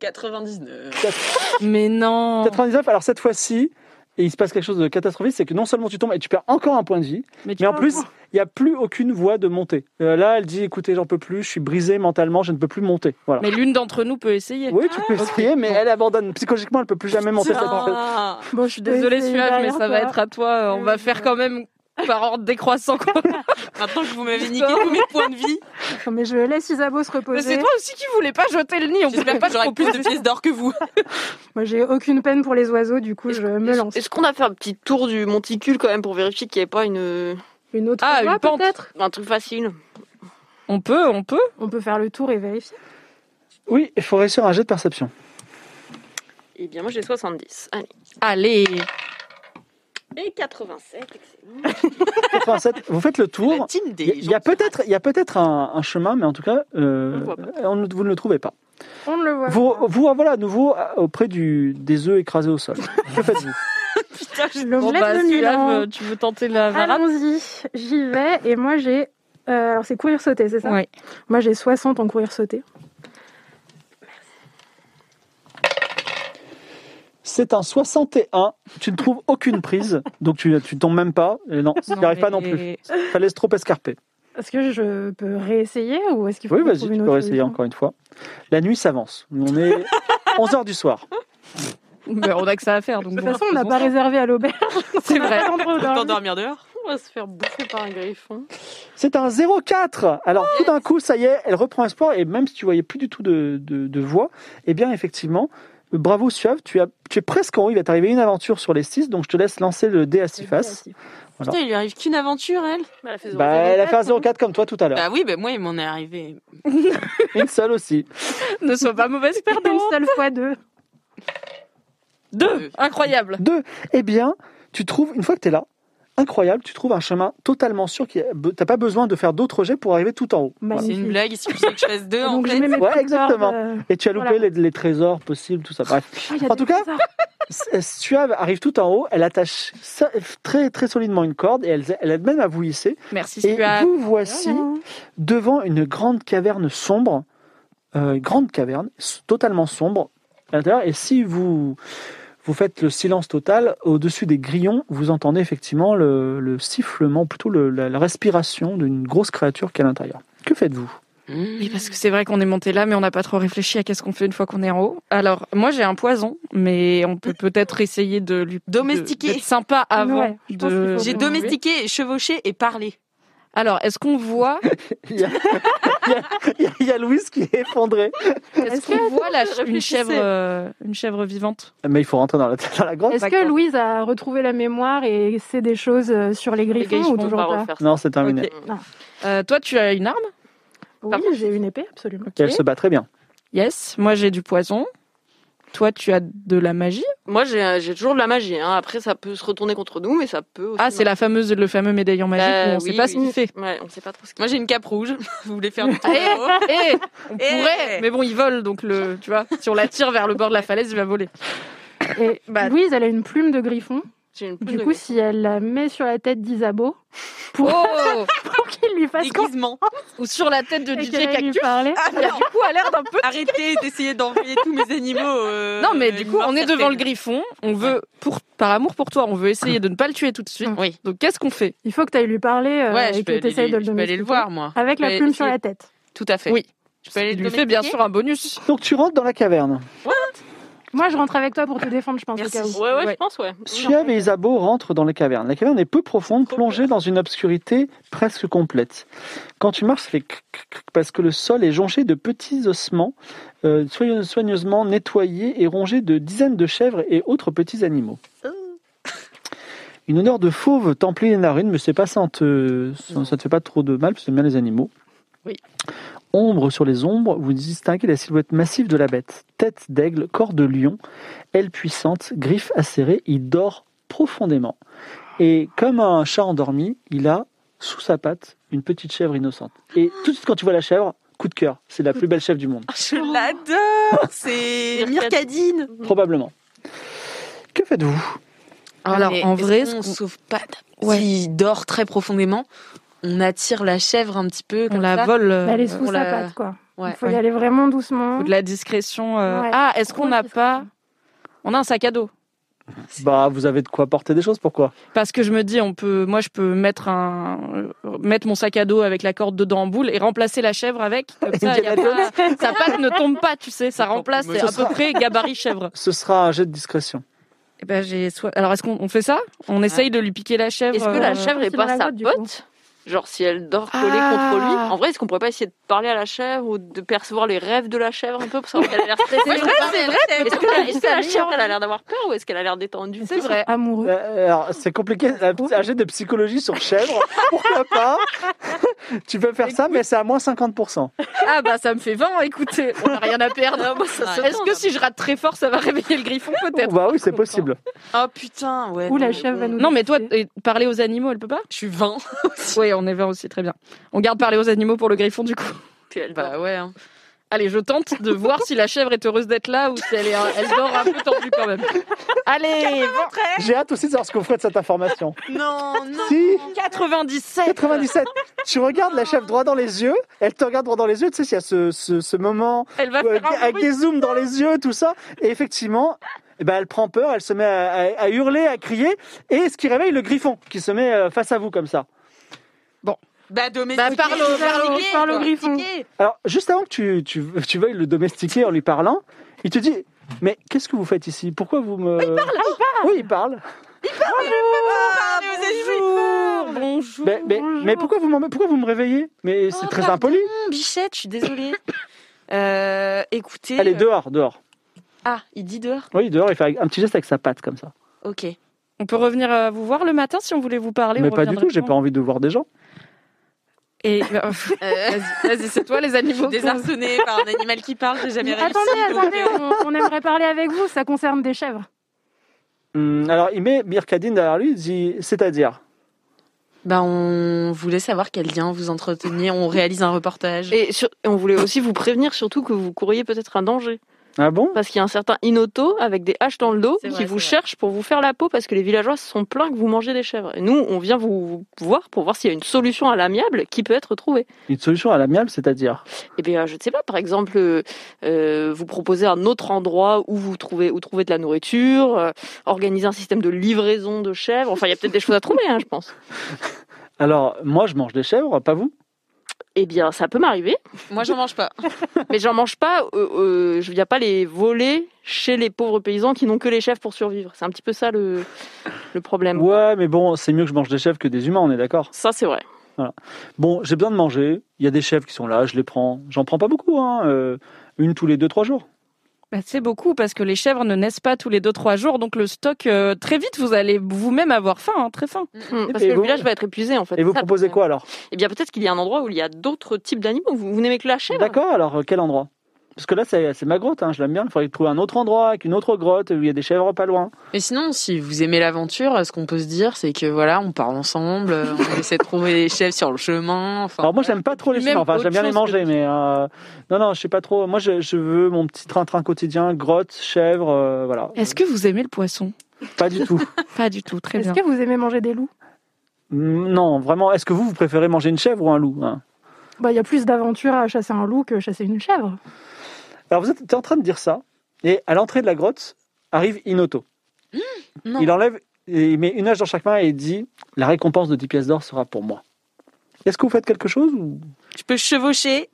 99. Mais non. 99. Alors cette fois-ci, il se passe quelque chose de catastrophique, c'est que non seulement tu tombes et tu perds encore un point de vie, Mais, tu Mais en vois, plus, il n'y a plus aucune voie de montée. Euh, là, elle dit écoutez, j'en peux plus, je suis brisée mentalement, je ne peux plus monter. Voilà. Mais l'une d'entre nous peut essayer. Oui, tu peux essayer, mais elle abandonne. Psychologiquement, elle ne peut plus jamais monter. cette- Ah. Bon, je suis Désolée, Suave, mais ça va être à toi. euh, On va faire quand même par ordre décroissant. Quoi. Maintenant que vous m'avez niqué tous mes points de vie, Mais je laisse Isabeau se Mais reposer. c'est toi aussi qui voulais pas jeter le nid. On j'espère voulait pas pas que j'aurai trop plus de pièces d'or que vous. Moi, j'ai aucune peine pour les oiseaux, du coup, je me lance. Est-ce qu'on a fait un petit tour du monticule quand même pour vérifier qu'il n'y avait pas une, Une autre Ah, voie, une pente. peut-être un truc facile On peut, on peut. On peut faire le tour et vérifier. Oui, il faut réussir un jet de perception. Eh bien, moi j'ai 70. Allez. Allez. Et 87, excellent. 87, vous faites le La tour. team des Il y a gens. peut-être il y a peut-être un, un chemin, mais en tout cas, euh, On le voit on ne- vous ne le trouvez pas. On ne le voit Vous, pas. vous voilà à nouveau euh, auprès du, des œufs écrasés au sol. Que faites-vous Bon, L'omelette bah, de Suave, Milan. euh, tu veux tenter la varade Allons-y, j'y vais. Et moi, j'ai. euh, alors, c'est courir sauter, c'est ça Ouais. Moi, j'ai 60 en courir sauter. C'est un 61. Tu ne trouves aucune prise, donc tu tu tombes même pas. Et non, tu Non, n'y arrives pas mais- non plus. Ça laisse trop escarpé. Est-ce que je peux réessayer ou est-ce qu'il faut Oui, qu'on vas-y, trouve tu une peux autre essayer solution encore une fois. La nuit s'avance. On est 11h du soir. Mais on a que ça à faire. Donc De bon, toute façon, on n'a faisons pas ça. réservé à l'auberge. C'est vrai. hein. Autant dormir dehors. On va se faire bouffer par un griffon. C'est un 04 Alors, tout d'un coup, ça y est, elle reprend espoir. Et même si tu voyais plus du tout de, de- de voix, eh bien, effectivement, bravo Suave, tu, as, tu es presque en haut. Il va t'arriver une aventure sur les 6, donc je te laisse lancer le dé à 6 faces. Voilà. Putain, il lui arrive qu'une aventure, elle. Bah, elle a fait Bah, elle a fait un 04 comme toi tout à l'heure. Bah oui, bah moi, il m'en est arrivé. Bah. Une seule aussi. Ne sois pas mauvaise Une perdante. seule fois deux. Deux. Incroyable. Deux. Eh bien, tu trouves, une fois que tu es là, incroyable, tu trouves un chemin totalement sûr. qui- T'as pas besoin de faire d'autres jets pour arriver tout en haut. Voilà. C'est Magnifique. une blague, il suffit que je fasse euh, deux, en Ah, Donc, je fait. mets mes Ouais, petites exactement. cordes, euh, Et tu as loupé Voilà. les, les trésors possibles, tout ça. Bref. ah, il y a En des tout cas, trésors. S- euh, Suave arrive tout en haut, elle attache sa- très, très solidement une corde et elle, elle aide même à vous hisser. Merci, Et Suave. vous voici devant une grande caverne sombre, euh, grande caverne, s- totalement sombre à l'intérieur. Et si vous, vous faites le silence total, au-dessus des grillons, vous entendez effectivement le, le sifflement, plutôt le- la, la respiration d'une grosse créature qui est à l'intérieur. Que faites-vous Oui, parce que c'est vrai qu'on est monté là, mais on n'a pas trop réfléchi à qu'est-ce qu'on fait une fois qu'on est en haut. Alors, moi, j'ai un poison, mais on peut peut-être essayer de lui Domestiquer. de- d'être sympa avant. Ouais, je pense de... qu'il faut J'ai domestiqué, chevauché et parlé. Alors, est-ce qu'on voit, il y, a, il y a- il y a- il y a Louise qui est effondrée. est-ce qu'on voit la- une réfléchissez. chèvre, euh, une chèvre vivante Mais il faut rentrer dans la, dans la grotte. Est-ce que D'accord. Louise a retrouvé la mémoire et sait des choses euh, sur les Les griffons griffons, ou on toujours va pas refaire ça. Non, c'est terminé. Ok. Euh, Toi, tu as une arme Oui, Pardon j'ai une épée, absolument. Elle se bat très bien. Yes. Moi, j'ai du poison. Toi, tu as de la magie Moi, j'ai euh, j'ai toujours de la magie. Hein. Après, ça peut se retourner contre nous, mais ça peut. aussi Ah, c'est la fameuse, le fameux médaillon magique Bah, où on ne sait oui, pas oui. ce qu'il fait. Ouais, on sait pas trop ce qu'il Moi, j'ai une cape rouge. Vous voulez faire du Eh, eh, on Eh. pourrait, mais bon, il vole, donc le, tu vois, si on l'attire vers le bord de la falaise, il va voler. Et Bah- Louise, elle a une plume de griffon. J'ai une Du coup, si elle la met sur la tête d'Isabeau, Oh pour qu'il lui fasse déguisement. Ou sur la tête de et DJ qu'elle aille lui Cactus, parler. Ah, qui a non. du coup a l'air d'un peu... Arrêtez d'essayer d'envoyer tous mes animaux. euh, Non, mais une du coup, mort on est devant le certaine. griffon, on veut, pour, par amour pour toi, on veut Hum. essayer de ne pas le tuer tout de suite. Oui. Donc qu'est-ce qu'on fait Il faut que tu ailles lui parler euh, Ouais, je et peux, que tu aller, essayes de le je peux aller le domestiquer. voir, moi. Avec la Mais plume sur si- la tête. Tout à fait. Oui. Je peux aller Il le lui fait bien domestiquer sûr un bonus. Donc tu rentres dans la caverne. Moi, je rentre avec toi pour te défendre, je pense, au cas où. Ouais, ouais, Ouais. je pense, ouais. Suave et Isabeau rentrent dans la caverne. La caverne est peu profonde, plongée dans une obscurité presque complète. Quand tu marches, ça fait cric, cric, cric, parce que le sol est jonché de petits ossements, euh, soigneuse- soigneusement nettoyés et rongés de dizaines de chèvres et autres petits animaux. Une odeur de fauve t'emplit les narines, mais c'est pas ça, te, ça, ça te fait pas trop de mal, parce que t'aimes bien les animaux. Oui. Ombre sur les ombres, vous distinguez la silhouette massive de la bête. Tête d'aigle, corps de lion, aile puissante, griffes acérées, il dort profondément. Et comme un chat endormi, il a sous sa patte une petite chèvre innocente. Et tout de suite, quand tu vois la chèvre, coup de Ah. cœur, c'est la plus belle chèvre du monde, Je l'adore. C'est Myrcadine. probablement. Que faites-vous Alors, Mais en est-ce vrai, qu'on ce qu'on- sauve pas. ta- Ouais. S'il dort très profondément, on attire la chèvre un petit peu. on comme la ça. vole... Bah, elle est euh, sous sa on la- patte, quoi. Ouais. Il faut y Ouais. aller vraiment doucement. Faut de la discrétion. euh. Ouais. Ah, est-ce qu'on n'a Grosse pas... discrétion. On a un sac à dos Bah, vous avez de quoi porter des choses, pourquoi Parce que je me dis, on peut, moi, je peux mettre un, euh, mettre mon sac à dos avec la corde dedans en boule et remplacer la chèvre avec. Comme ça, y a pas- sa patte ne tombe pas, tu sais. Ça remplace mais à ce peu sera- près gabarit chèvre. Ce sera un jet de discrétion. Eh ben, j'ai soit- Alors, est-ce qu'on on fait ça On essaye de lui piquer la chèvre. Est-ce que la euh, chèvre est c'est pas dans la sa grotte, du coup. pote Genre si elle dort collée Ah. contre lui. En vrai, est-ce qu'on pourrait pas essayer de parler à la chèvre ou de percevoir les rêves de la chèvre un peu pour savoir qu'elle a l'air stressée C'est vrai, c'est vrai. Est-ce que, la- est-ce que la chèvre elle a l'air d'avoir peur ou est-ce qu'elle a l'air détendue C'est vrai. Amoureux. Euh, Alors, c'est compliqué, un un jet de psychologie sur chèvre, pourquoi pas Tu peux faire ça, mais c'est à moins 50%. Ah bah ça me fait 20, écoutez, on n'a rien à perdre. se Est-ce tente, que hein. si je rate très fort, ça va réveiller le griffon peut-être Bah oui, c'est possible. Ah putain, ouais. Ou non, la mais chèvre bon. va nous Non mais toi, détester. et parler aux animaux, elle peut pas Je suis 20. Oui, on est 20 aussi, très bien. On garde parler aux animaux pour le griffon du coup. Puis elle dort. Bah ouais. hein. Allez, je tente de voir si la chèvre est heureuse d'être là ou si elle, est, euh, elle dort un peu tendue quand même. Allez, J'ai hâte aussi de savoir ce qu'on ferait de cette information. Non, non. Si 97 97. Tu regardes la chef droit dans les yeux, elle te regarde droit dans les yeux, tu sais, il y a ce, ce- ce moment Elle va où- faire un avec bruit. des zooms dans les yeux, tout ça, et effectivement, eh ben, elle prend peur, elle se met à, à- à hurler, à crier, et ce qui réveille le griffon qui se met euh, face à vous comme ça. Bah Bah, domestiquer. parle au, parle au- Parle au griffon. Alors, juste avant que tu, tu, tu veuilles le domestiquer en lui parlant, il te dit Mais qu'est-ce que vous faites ici Pourquoi vous me. il parle, Oui, il parle. Ah, vous êtes Bonjour, bonjour. Mais, mais, mais pourquoi, vous m'en- pourquoi vous me réveillez Mais c'est Oh, très pardon. impoli. Hum, con, bichette, je suis désolée. Euh, écoutez. Allez, euh, dehors, dehors. euh, Ah, il dit dehors Oui, dehors, il fait un petit geste avec sa patte comme ça. Ok. On peut revenir euh, vous voir le matin si on voulait vous parler. mais on pas du reviendrait tout, j'ai quand pas envie de voir des gens. Et bah, pff, vas-y, vas-y, c'est toi les animaux. Désarçonné par un animal qui parle, j'ai jamais Mais réussi. Attendez, donc, attendez, euh, on, on aimerait parler avec vous, ça concerne des chèvres. Hum, alors, il met Mirkadine derrière lui, il dit C'est-à-dire Bah, on voulait savoir quel lien vous entreteniez. On réalise un reportage. euh, Et, sur- et on voulait aussi vous prévenir surtout que vous courriez peut-être un danger. Ah bon Parce qu'il y a un certain Inoto avec des haches dans le dos C'est qui vrai, vous c'est vrai. cherche pour vous faire la peau parce que les villageois se sont plaints que vous mangez des chèvres. Et nous, on vient vous vous voir pour voir s'il y a une solution à l'amiable qui peut être trouvée. Une solution à l'amiable, c'est-à-dire Eh bien, je ne sais pas, par exemple, euh, euh, vous proposer un autre endroit où vous trouvez, où trouver de la nourriture, euh, organiser un système de livraison de chèvres. Enfin, il y a peut-être des choses à trouver, hein, je pense. Alors, moi, je mange des chèvres, pas vous Eh bien, ça peut m'arriver, Moi, j'en mange pas. mais j'en mange pas. euh, euh, je ne viens pas les voler chez les pauvres paysans qui n'ont que les chèvres pour survivre. C'est un petit peu ça le, le problème. Ouais, mais bon, c'est mieux que je mange des chèvres que des humains, on est d'accord Ça, c'est vrai. Bon, j'ai besoin de manger, il y a des chèvres qui sont là, je les prends. J'en prends pas beaucoup, hein, euh, une tous les deux, trois jours. Bah, c'est beaucoup parce que les chèvres ne naissent pas tous les deux trois jours, donc le stock euh, très vite vous allez vous-même avoir faim, hein, très faim. Hmm, Parce Et que le vous- village va être épuisé, en fait. Et vous Bah, Ça, le proposez problème. quoi alors Eh bien, peut-être qu'il y a un endroit où il y a d'autres types d'animaux. Vous, vous n'aimez que la chèvre D'accord, alors euh, quel endroit Parce que là, c'est c'est ma grotte, hein, je l'aime bien. Il faudrait trouver un autre endroit, avec une autre grotte, où il y a des chèvres pas loin. Mais sinon, si vous aimez l'aventure, ce qu'on peut se dire, c'est que voilà, on part ensemble, euh, on essaie de trouver des chefs sur le chemin. Enfin, Alors moi, j'aime pas trop les Même chèvres. Enfin, autre j'aime bien les chose que manger, tout. mais euh, non, non, je sais pas trop. Moi, je, je veux mon petit train-train quotidien, grotte, chèvre, euh, voilà. Est-ce que vous aimez le poisson Pas du tout. Pas du tout, très Est-ce bien. que vous aimez manger des loups Mm, non, vraiment. Est-ce que vous, vous préférez manger une chèvre ou un loup hein Bah, il y a plus d'aventures à chasser un loup que chasser une chèvre. Alors, vous êtes t'es en train de dire ça, et à l'entrée de la grotte arrive Inoto. non. il enlève, et il met une hache dans chaque main et il dit La récompense de 10 pièces d'or sera pour moi. Est-ce que vous faites quelque chose ou... Je peux chevaucher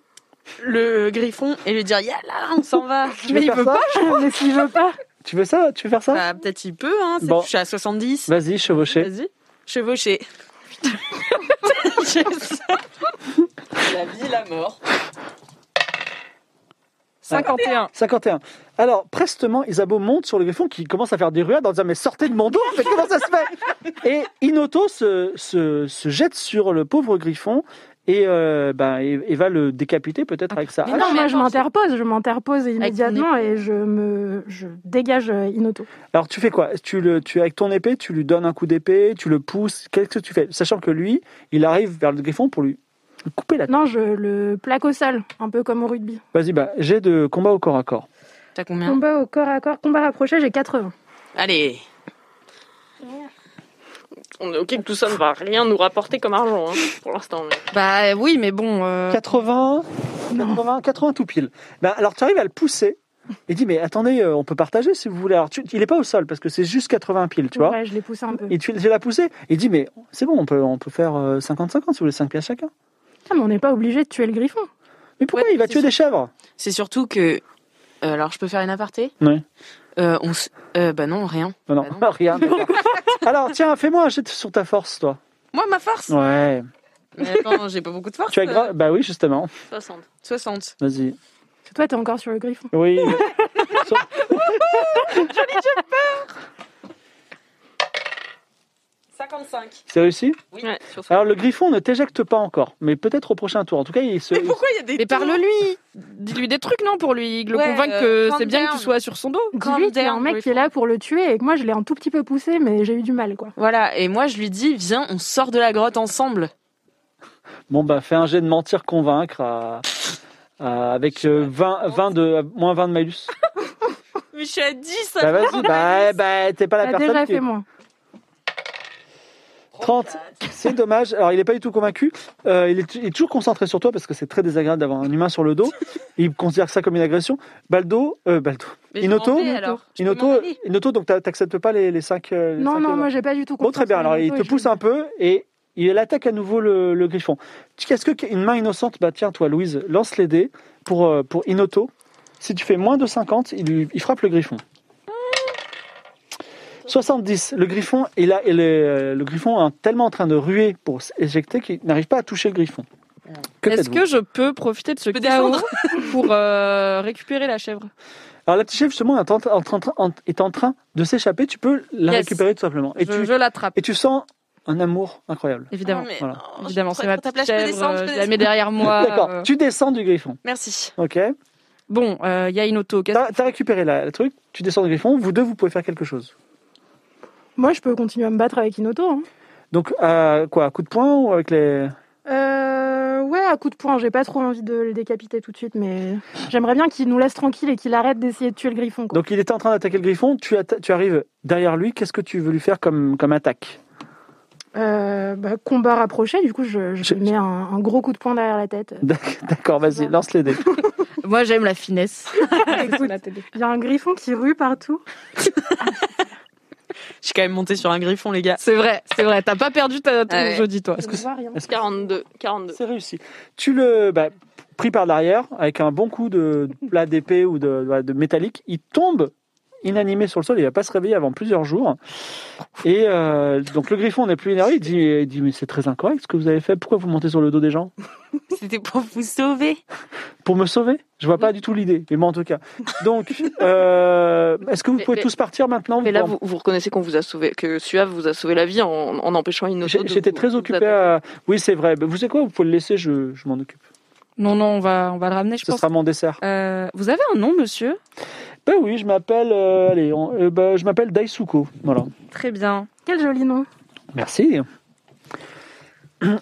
le griffon et lui dire, Yalla, on s'en va. tu veux faire ça Mais s'il veut pas, Tu veux ça Tu veux faire ça Bah, peut-être il peut, hein, c'est Bon. je suis à 70. Vas-y, chevaucher. Vas-y, chevaucher. la vie, la mort. 51. 51. Alors, prestement, Isabeau monte sur le griffon qui commence à faire des ruades en disant Mais sortez de mon dos, mais comment ça se fait Et Inoto se, se, se jette sur le pauvre griffon et, euh, bah, et, et va le décapiter peut-être avec sa Mais hache. Ah non, moi je m'interpose, je m'interpose immédiatement épée. et je me je dégage euh, Inoto. Alors, tu fais quoi tu le, tu, Avec ton épée, tu lui donnes un coup d'épée, tu le pousses. Qu'est-ce que tu fais Sachant que lui, il arrive vers le griffon pour lui couper la tête. Non, je le plaque au sol, un peu comme au rugby. Vas-y, bah, j'ai de combat au corps à corps. T'as Hein combien Combat au corps à corps, combat rapproché, j'ai 80. Allez. On est ok que tout ça ne va rien nous rapporter comme argent hein, pour l'instant. mais- Bah oui, mais bon. euh, 80, 80, 80 tout pile. Ben, alors tu arrives à le pousser. Il dit mais attendez, euh, on peut partager si vous voulez. Alors tu- il est pas au sol parce que c'est juste 80 pile, tu vois. ouais, je l'ai poussé un peu. Et tu, tu l'as poussé. Il dit mais c'est bon, on peut on peut faire euh, 50-50 si vous voulez 5 pièces chacun. Ah, mais on n'est pas obligé de tuer le griffon. Mais pourquoi Ouais, il va c'est tuer ça. des chèvres C'est surtout que. euh, alors, je peux faire une aparté Ouais. Euh, on s- euh, bah non, rien. Non non, Bah non. rien. alors tiens, fais-moi un jet sur ta force toi. Moi, ma force Ouais. Mais attends, j'ai pas beaucoup de force. Tu as euh, gra- bah oui justement. 60. 60. Vas-y. Parce que toi, t'es encore sur le griffon. Oui. So- C'est réussi Oui. sur ce- Alors le griffon ne t'éjecte pas encore, mais peut-être au prochain tour. En tout cas, il se, Mais pourquoi il y a des. Mais parle-lui Dis-lui des trucs, non, pour lui le Ouais, convaincre que euh, calm c'est bien que down. tu sois sur son Oh, dos. Calm Dis-lui qu'il y a un down, mec qui est là pour le tuer et que moi, je l'ai un tout petit peu poussé, mais j'ai eu du mal, quoi. Voilà, et moi je lui dis, viens, on sort de la grotte ensemble. Bon, bah, fais un jet de mentir convaincre à- à- avec euh, 20, 20 de, moins 20 de malus. Mais je suis à 10 Bah, vas-y, bah, bah, t'es pas la T'as personne déjà qui. fait moins. 30. C'est dommage. Alors, il est pas du tout convaincu. Euh, il, est, il est toujours concentré sur toi parce que c'est très désagréable d'avoir un humain sur le dos. Il considère ça comme une agression. Baldo, euh, Baldo. Inoto Inoto, Inoto, donc t'a- t'acceptes pas les, euh, les 5. Non, non, moi, j'ai pas du tout compris. Bon, très bien. Alors, il te pousse un peu et il attaque à nouveau le, le griffon. Qu'est-ce que une main innocente Bah, tiens, toi, Louise, lance les dés pour, euh, pour Inoto. Si tu fais moins de 50, il, il frappe le griffon. 70. Le griffon, il a, il est, euh, le griffon est tellement en train de ruer pour s'éjecter qu'il n'arrive pas à toucher le griffon. Que Est-ce faites-vous que je peux profiter de ce peux chaos descendre pour euh, récupérer la chèvre Alors, la petite chèvre, justement, est en, train- en train- en- est en train de s'échapper. Tu peux la Yes. récupérer tout simplement. Et, Je, tu, je l'attrape, et tu sens un amour incroyable. évidemment. Voilà. Évidemment, c'est ma petite Ah, Oh, Je peux chèvre, descendre, je euh, je peux la descendre. mets derrière moi. D'accord. euh. Tu descends du griffon. Merci. Ok. Bon, il y a une auto. qu'est-ce- T'as t'as récupéré la, le truc, tu descends du griffon, vous deux, vous pouvez faire quelque chose. Moi, je peux continuer à me battre avec Inoto. hein. Donc, euh, quoi, à coup de poing ou avec les... Euh, ouais, à coup de poing, j'ai pas trop envie de le décapiter tout de suite, mais j'aimerais bien qu'il nous laisse tranquille et qu'il arrête d'essayer de tuer le griffon. Quoi. Donc, il était en train d'attaquer le griffon, tu, atta- tu arrives derrière lui, qu'est-ce que tu veux lui faire comme, comme attaque Euh, bah, combat rapproché, du coup, je, je Je- lui mets un, un gros coup de poing derrière la tête. D'ac- D'accord, vas-y, lance les dés. Moi, j'aime la finesse. Il y a un griffon qui rue partout. Je suis quand même monté sur un griffon, les gars. C'est vrai, c'est vrai. T'as pas perdu ta, ton Ah ouais. jeudi, toi. Est-ce que Je vois rien. est-ce que 42. 42. c'est réussi Tu le... bah, pris par l'arrière, avec un bon coup de de plat d'épée ou de, bah, de- de métallique, il tombe inanimé sur le sol, il va pas se réveiller avant plusieurs jours. Et euh, donc le griffon n'est plus énervé, il dit, il dit mais c'est très incorrect ce que vous avez fait, pourquoi vous montez sur le dos des gens C'était pour vous sauver. Pour me sauver Je vois pas du tout l'idée, mais moi en tout cas. Donc, euh, est-ce que vous Mais- pouvez mais- tous partir maintenant Mais là, Bon, vous, vous reconnaissez qu'on vous a sauvé, que Suave vous a sauvé la vie en, en empêchant une auto. Bah, j'ai- J'étais très occupé à... Oui, c'est vrai. Mais Vous savez quoi Vous pouvez le laisser, je, je m'en occupe. Non, non, on va, on va le ramener, je Ce pense. sera mon dessert. Euh, vous avez un nom, monsieur Ben oui, je m'appelle. euh, allez, on- euh, ben, je m'appelle Daisuko. Voilà. Très bien. Quel joli nom. Merci.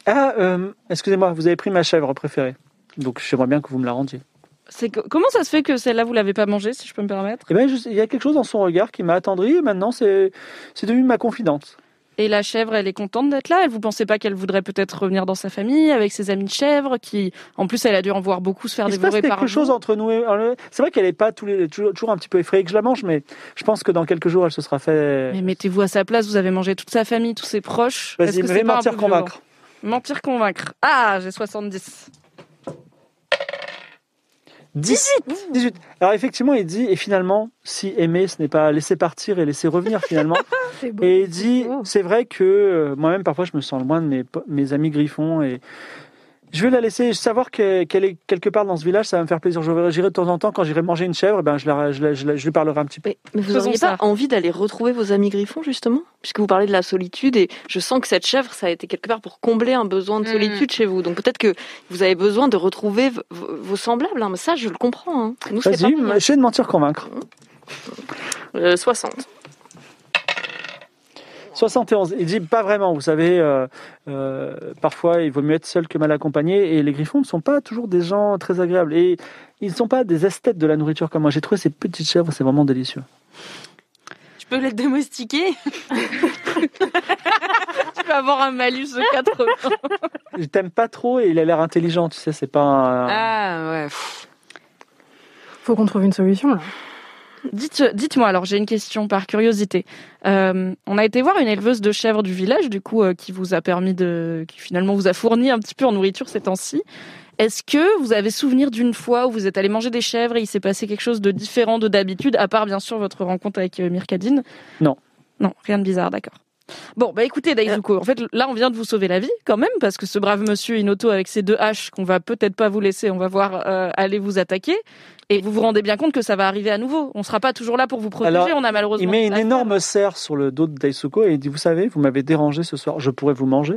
Ah, euh, excusez-moi, vous avez pris ma chèvre préférée. Donc j'aimerais bien que vous me la rendiez. C'est que- comment ça se fait que celle-là vous l'avez pas mangée, si je peux me permettre Eh ben, je- il y a quelque chose dans son regard qui m'a attendri et maintenant c'est c'est devenu ma confidente. Et la chèvre, elle est contente d'être là. Elle vous pensez pas qu'elle voudrait peut-être revenir dans sa famille avec ses amis de chèvre, qui, en plus, elle a dû en voir beaucoup se faire Il se passe dévorer par quelque un chose loup. entre nous. et- C'est vrai qu'elle est pas tous les, toujours, toujours un petit peu effrayée que je la mange, mais je pense que dans quelques jours elle se sera fait. Mais mettez-vous à sa place. Vous avez mangé toute sa famille, tous ses proches. Est-ce Vas-y, que mais c'est pas un mentir, peu violent convaincre. Mentir, convaincre. Ah, j'ai 70. 18 18 Alors effectivement, il dit, et finalement, si aimer, ce n'est pas laisser partir et laisser revenir finalement. Bah, C'est beau. et il dit, beau. c'est vrai que euh, moi-même, parfois, je me sens loin de mes, po- mes amis griffons et je vais la laisser savoir que- qu'elle est quelque part dans ce village, ça va me faire plaisir. Je verrai- J'irai de temps en temps, quand j'irai manger une chèvre, eh ben, je, la- je la- je la- je lui parlerai un petit peu. Mais, mais vous Faisons n'auriez ça. pas envie d'aller retrouver vos amis griffons, justement Puisque vous parlez de la solitude, et je sens que cette chèvre, ça a été quelque part pour combler un besoin de Mm. Mhm. solitude chez vous. Donc peut-être que vous avez besoin de retrouver v- v- vos semblables. hein. Mais ça, je le comprends. hein. Nous, c'est Vas-y, pareil, hein. je vais de mentir convaincre. Euh, 60. 71. Il dit pas vraiment, vous savez, euh, euh, parfois il vaut mieux être seul que mal accompagné et les griffons ne sont pas toujours des gens très agréables et ils ne sont pas des esthètes de la nourriture comme moi. J'ai trouvé ces petites chèvres, c'est vraiment délicieux. Je peux la domestiquer Tu peux avoir un malus de 80. Je t'aime pas trop et il a l'air intelligent, tu sais, c'est pas un- Ah ouais. pff. Faut qu'on trouve une solution là. Dites, dites-moi alors, j'ai une question par curiosité. Euh, on a été voir une éleveuse de chèvres du village, du coup, euh, qui vous a permis de, qui finalement vous a fourni un petit peu en nourriture ces temps-ci. Est-ce que vous avez souvenir d'une fois où vous êtes allé manger des chèvres et il s'est passé quelque chose de différent de d'habitude, à part bien sûr votre rencontre avec euh, Myrkadine Non. Non, rien de bizarre, d'accord. Bon, bah écoutez, Daizuko, en fait, là, on vient de vous sauver la vie quand même, parce que ce brave monsieur Inoto avec ses deux haches qu'on va peut-être pas vous laisser, on va voir euh, aller vous attaquer. Et vous vous rendez bien compte que ça va arriver à nouveau. On sera pas toujours là pour vous protéger, Alors, on a malheureusement. Il met une Ah, énorme serre sur le dos de Daisuko et il dit Vous savez, vous m'avez dérangé ce soir, je pourrais vous manger,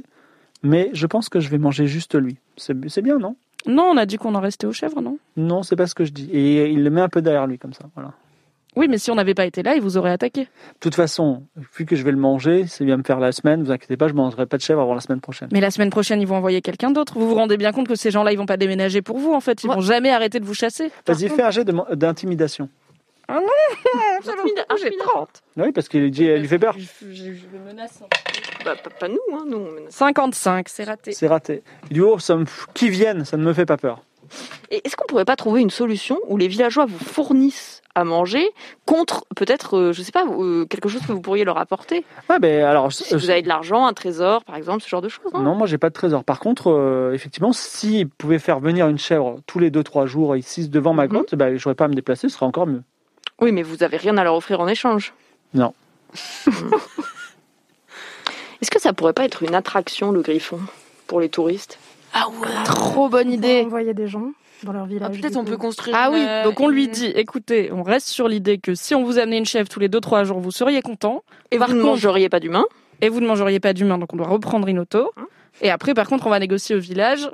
mais je pense que je vais manger juste lui. C'est c'est bien, non Non, on a dit qu'on en restait aux chèvres, non Non, c'est pas ce que je dis. Et il le met un peu derrière lui, comme ça. Voilà. Oui, mais si on n'avait pas été là, il vous aurait attaqué. De toute façon, vu que je vais le manger, c'est bien me faire la semaine, vous inquiétez pas, je mangerai pas de chèvre avant la semaine prochaine. Mais la semaine prochaine, ils vont envoyer quelqu'un d'autre. Vous vous rendez bien compte que ces gens-là, ils vont pas déménager pour vous, en fait. Ils Moi- vont jamais arrêter de vous chasser. Par Vas-y, contre- fais un jet de man- d'intimidation. Ah, j'ai 30. Oui, parce qu'il dit, elle lui fait peur. Bah, pas, pas nous, hein, nous. on- 55, c'est raté. C'est raté. Il dit, oh, ça me... pff, qui viennent, ça ne me fait pas peur. Et est-ce qu'on pourrait pas trouver une solution où les villageois vous fournissent à manger contre peut-être, euh, je sais pas, euh, quelque chose que vous pourriez leur apporter Ah, ben alors. Si euh, vous avez de l'argent, un trésor, par exemple, ce genre de choses. hein. Non, moi j'ai pas de trésor. Par contre, euh, effectivement, s'ils pouvaient faire venir une chèvre tous les 2-3 jours ici devant ma Mhm. grotte, ben, j'aurais pas à me déplacer, ce serait encore mieux. Oui, mais vous avez rien à leur offrir en échange. Non. Est-ce que ça pourrait pas être une attraction, le griffon, pour les touristes Ah ouais. Trop bonne Idée. idée. Envoyer des gens dans leur village. Ah, Peut-être du on coup. peut construire. Ah oui, une- euh, donc on lui une- dit, écoutez, on reste sur l'idée que si on vous amenait une chèvre tous les 2-3 jours, vous seriez content, Et Par vous ne contre- mangeriez pas d'humains et vous ne mangeriez pas d'humain, donc on doit reprendre Inoto. Et après, par contre, on va négocier au village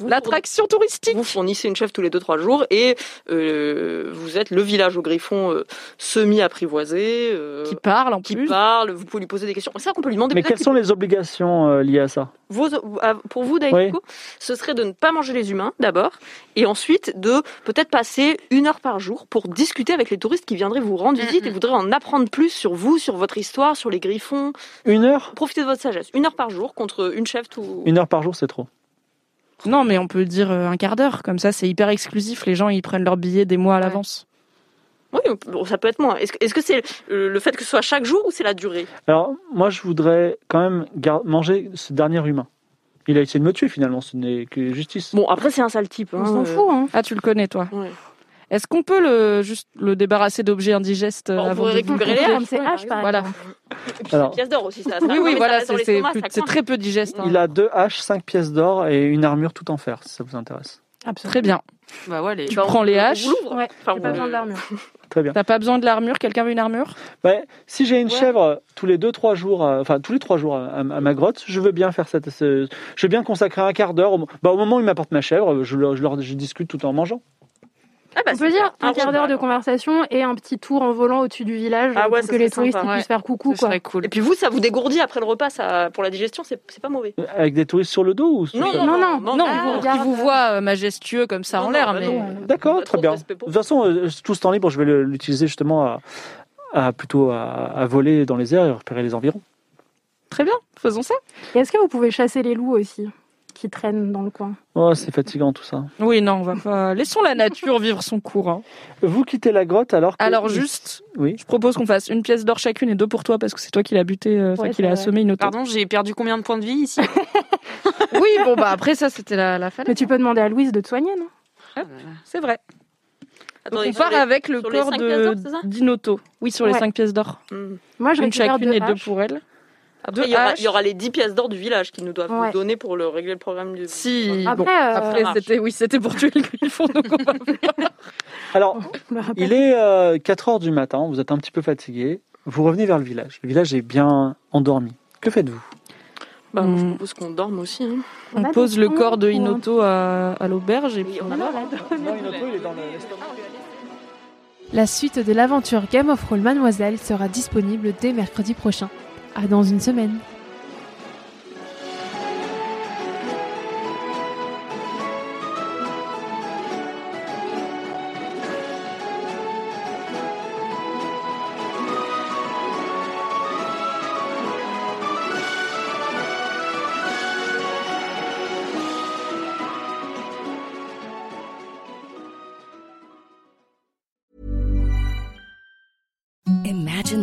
Vous l'attraction touristique. Vous fournissez une chèvre tous les 2-3 jours et euh, vous êtes le village au griffon euh, semi-apprivoisé. euh, Qui parle en qui plus. parle, vous pouvez lui poser des questions. C'est ça qu'on peut lui demander. Mais peut-être quelles sont les obligations euh, liées à ça que vos- à- pour vous, Daïko, ce serait de ne pas manger les humains d'abord, et ensuite de peut-être passer une heure par jour pour discuter avec les touristes qui viendraient vous rendre Mhm. visite et voudraient en apprendre plus sur vous, sur votre histoire, sur les griffons. Une heure Profitez de votre sagesse. Une heure par jour contre une chèvre tout. Une heure par jour, c'est trop. Non, mais on peut dire euh, un quart d'heure, comme ça c'est hyper exclusif, les gens ils prennent leur billet des mois à l'avance. Oui, on peut- bon, ça peut être moins. Est-ce que est-ce que c'est euh, le fait que ce soit chaque jour ou c'est la durée Alors, moi, je voudrais quand même gar- manger ce dernier humain. Il a essayé de me tuer finalement, ce n'est que justice. Bon, après, c'est un sale type. On hein, s'en euh, fout, hein. Ah, tu le connais toi. ouais. Est-ce qu'on peut le, juste le débarrasser d'objets indigestes euh, On avant pourrait de vous- récupérer les Comme c'est H, par Voilà. exemple. Et puis, Alors- c'est pièce d'or aussi, ça. Oui, oui, voilà, c'est c'est plus- c'est très. très peu digeste. hein. Il a deux haches, cinq pièces d'or et une armure tout en fer, si ça vous intéresse. Absolument. Très bien. Bah ouais, les... Tu prends les haches. Ouais, Enfin, j'ai pas on- besoin de l'armure. Très bien. T'as pas besoin de l'armure. Quelqu'un veut une armure Ouais, Bah, si j'ai une Ouais. chèvre euh, tous les deux trois jours, euh, enfin tous les trois jours euh, à, à ma grotte, je veux bien faire cette, ce- je veux bien consacrer un quart d'heure. Au, mo- bah, au moment où ils m'apportent ma chèvre, euh, je, leur, je leur- je discute tout en mangeant. Ah bah, On peut dire un quart d'heure de alors. conversation et un petit tour en volant au-dessus du village Ah ouais, pour ça que les serait touristes sympa, ils ouais. puissent faire coucou. ce Quoi. serait cool. Et puis vous, ça vous dégourdit après le repas, ça, pour la digestion, c'est c'est pas mauvais. Euh, Avec des touristes sur le dos ou Non, Non, non, non, Non, ah, ils vous- regarde. ils vous voient euh, majestueux comme ça Non, en non, l'air, bah mais non. D'accord, très Pas trop de bien. De respect pour toute façon, euh, tout ce temps libre, je vais le- l'utiliser justement à, à plutôt à, à voler dans les airs et repérer les environs. très bien, faisons ça. Et Est-ce que vous pouvez chasser les loups aussi qui traînent dans le coin Oh, c'est fatigant tout ça. Oui, non, on va pas. Laissons la nature vivre son cours. hein. Vous quittez la grotte alors que Alors juste, Oui. je propose qu'on fasse une pièce d'or chacune et deux pour toi parce que c'est toi qui l'as buté, euh, enfin Ouais, qui l'a c'est vrai. assommé une autre. Pardon, j'ai perdu combien de points de vie ici Oui, bon bah après ça c'était la, la falaise. Mais tu peux demander à Louise de te soigner, non C'est vrai. Donc, Attendez, on part sur les- avec le sur les corps cinq pièces d'or, de c'est ça d'Inoto. Oui, sur les Ouais. 5 pièces d'or. Hmm. Moi, je Une récupère chacune deux et deux haches. pour elle. Après, Deux il y, aura, haches. il y aura les 10 pièces d'or du village qu'ils nous doivent nous Ouais. donner pour le, régler le programme du. Si. Après, bon. euh, Après, marche. c'était oui, c'était pour tuer le griffon. Donc on va... Alors, Oh. on leur rappelle. Il est 4 heures du matin, vous êtes un petit peu fatigué. Vous revenez vers le village. Le village est bien endormi. Que faites-vous Bah, Hmm. Je propose qu'on dorme aussi. hein. On a on des pose le ponts corps de ou un- Inoto à, à l'auberge et Oui, puis on On va leur voir. la donne. La suite de l'aventure Game of Roll Mademoiselle sera disponible dès mercredi prochain. À dans une semaine. Imagine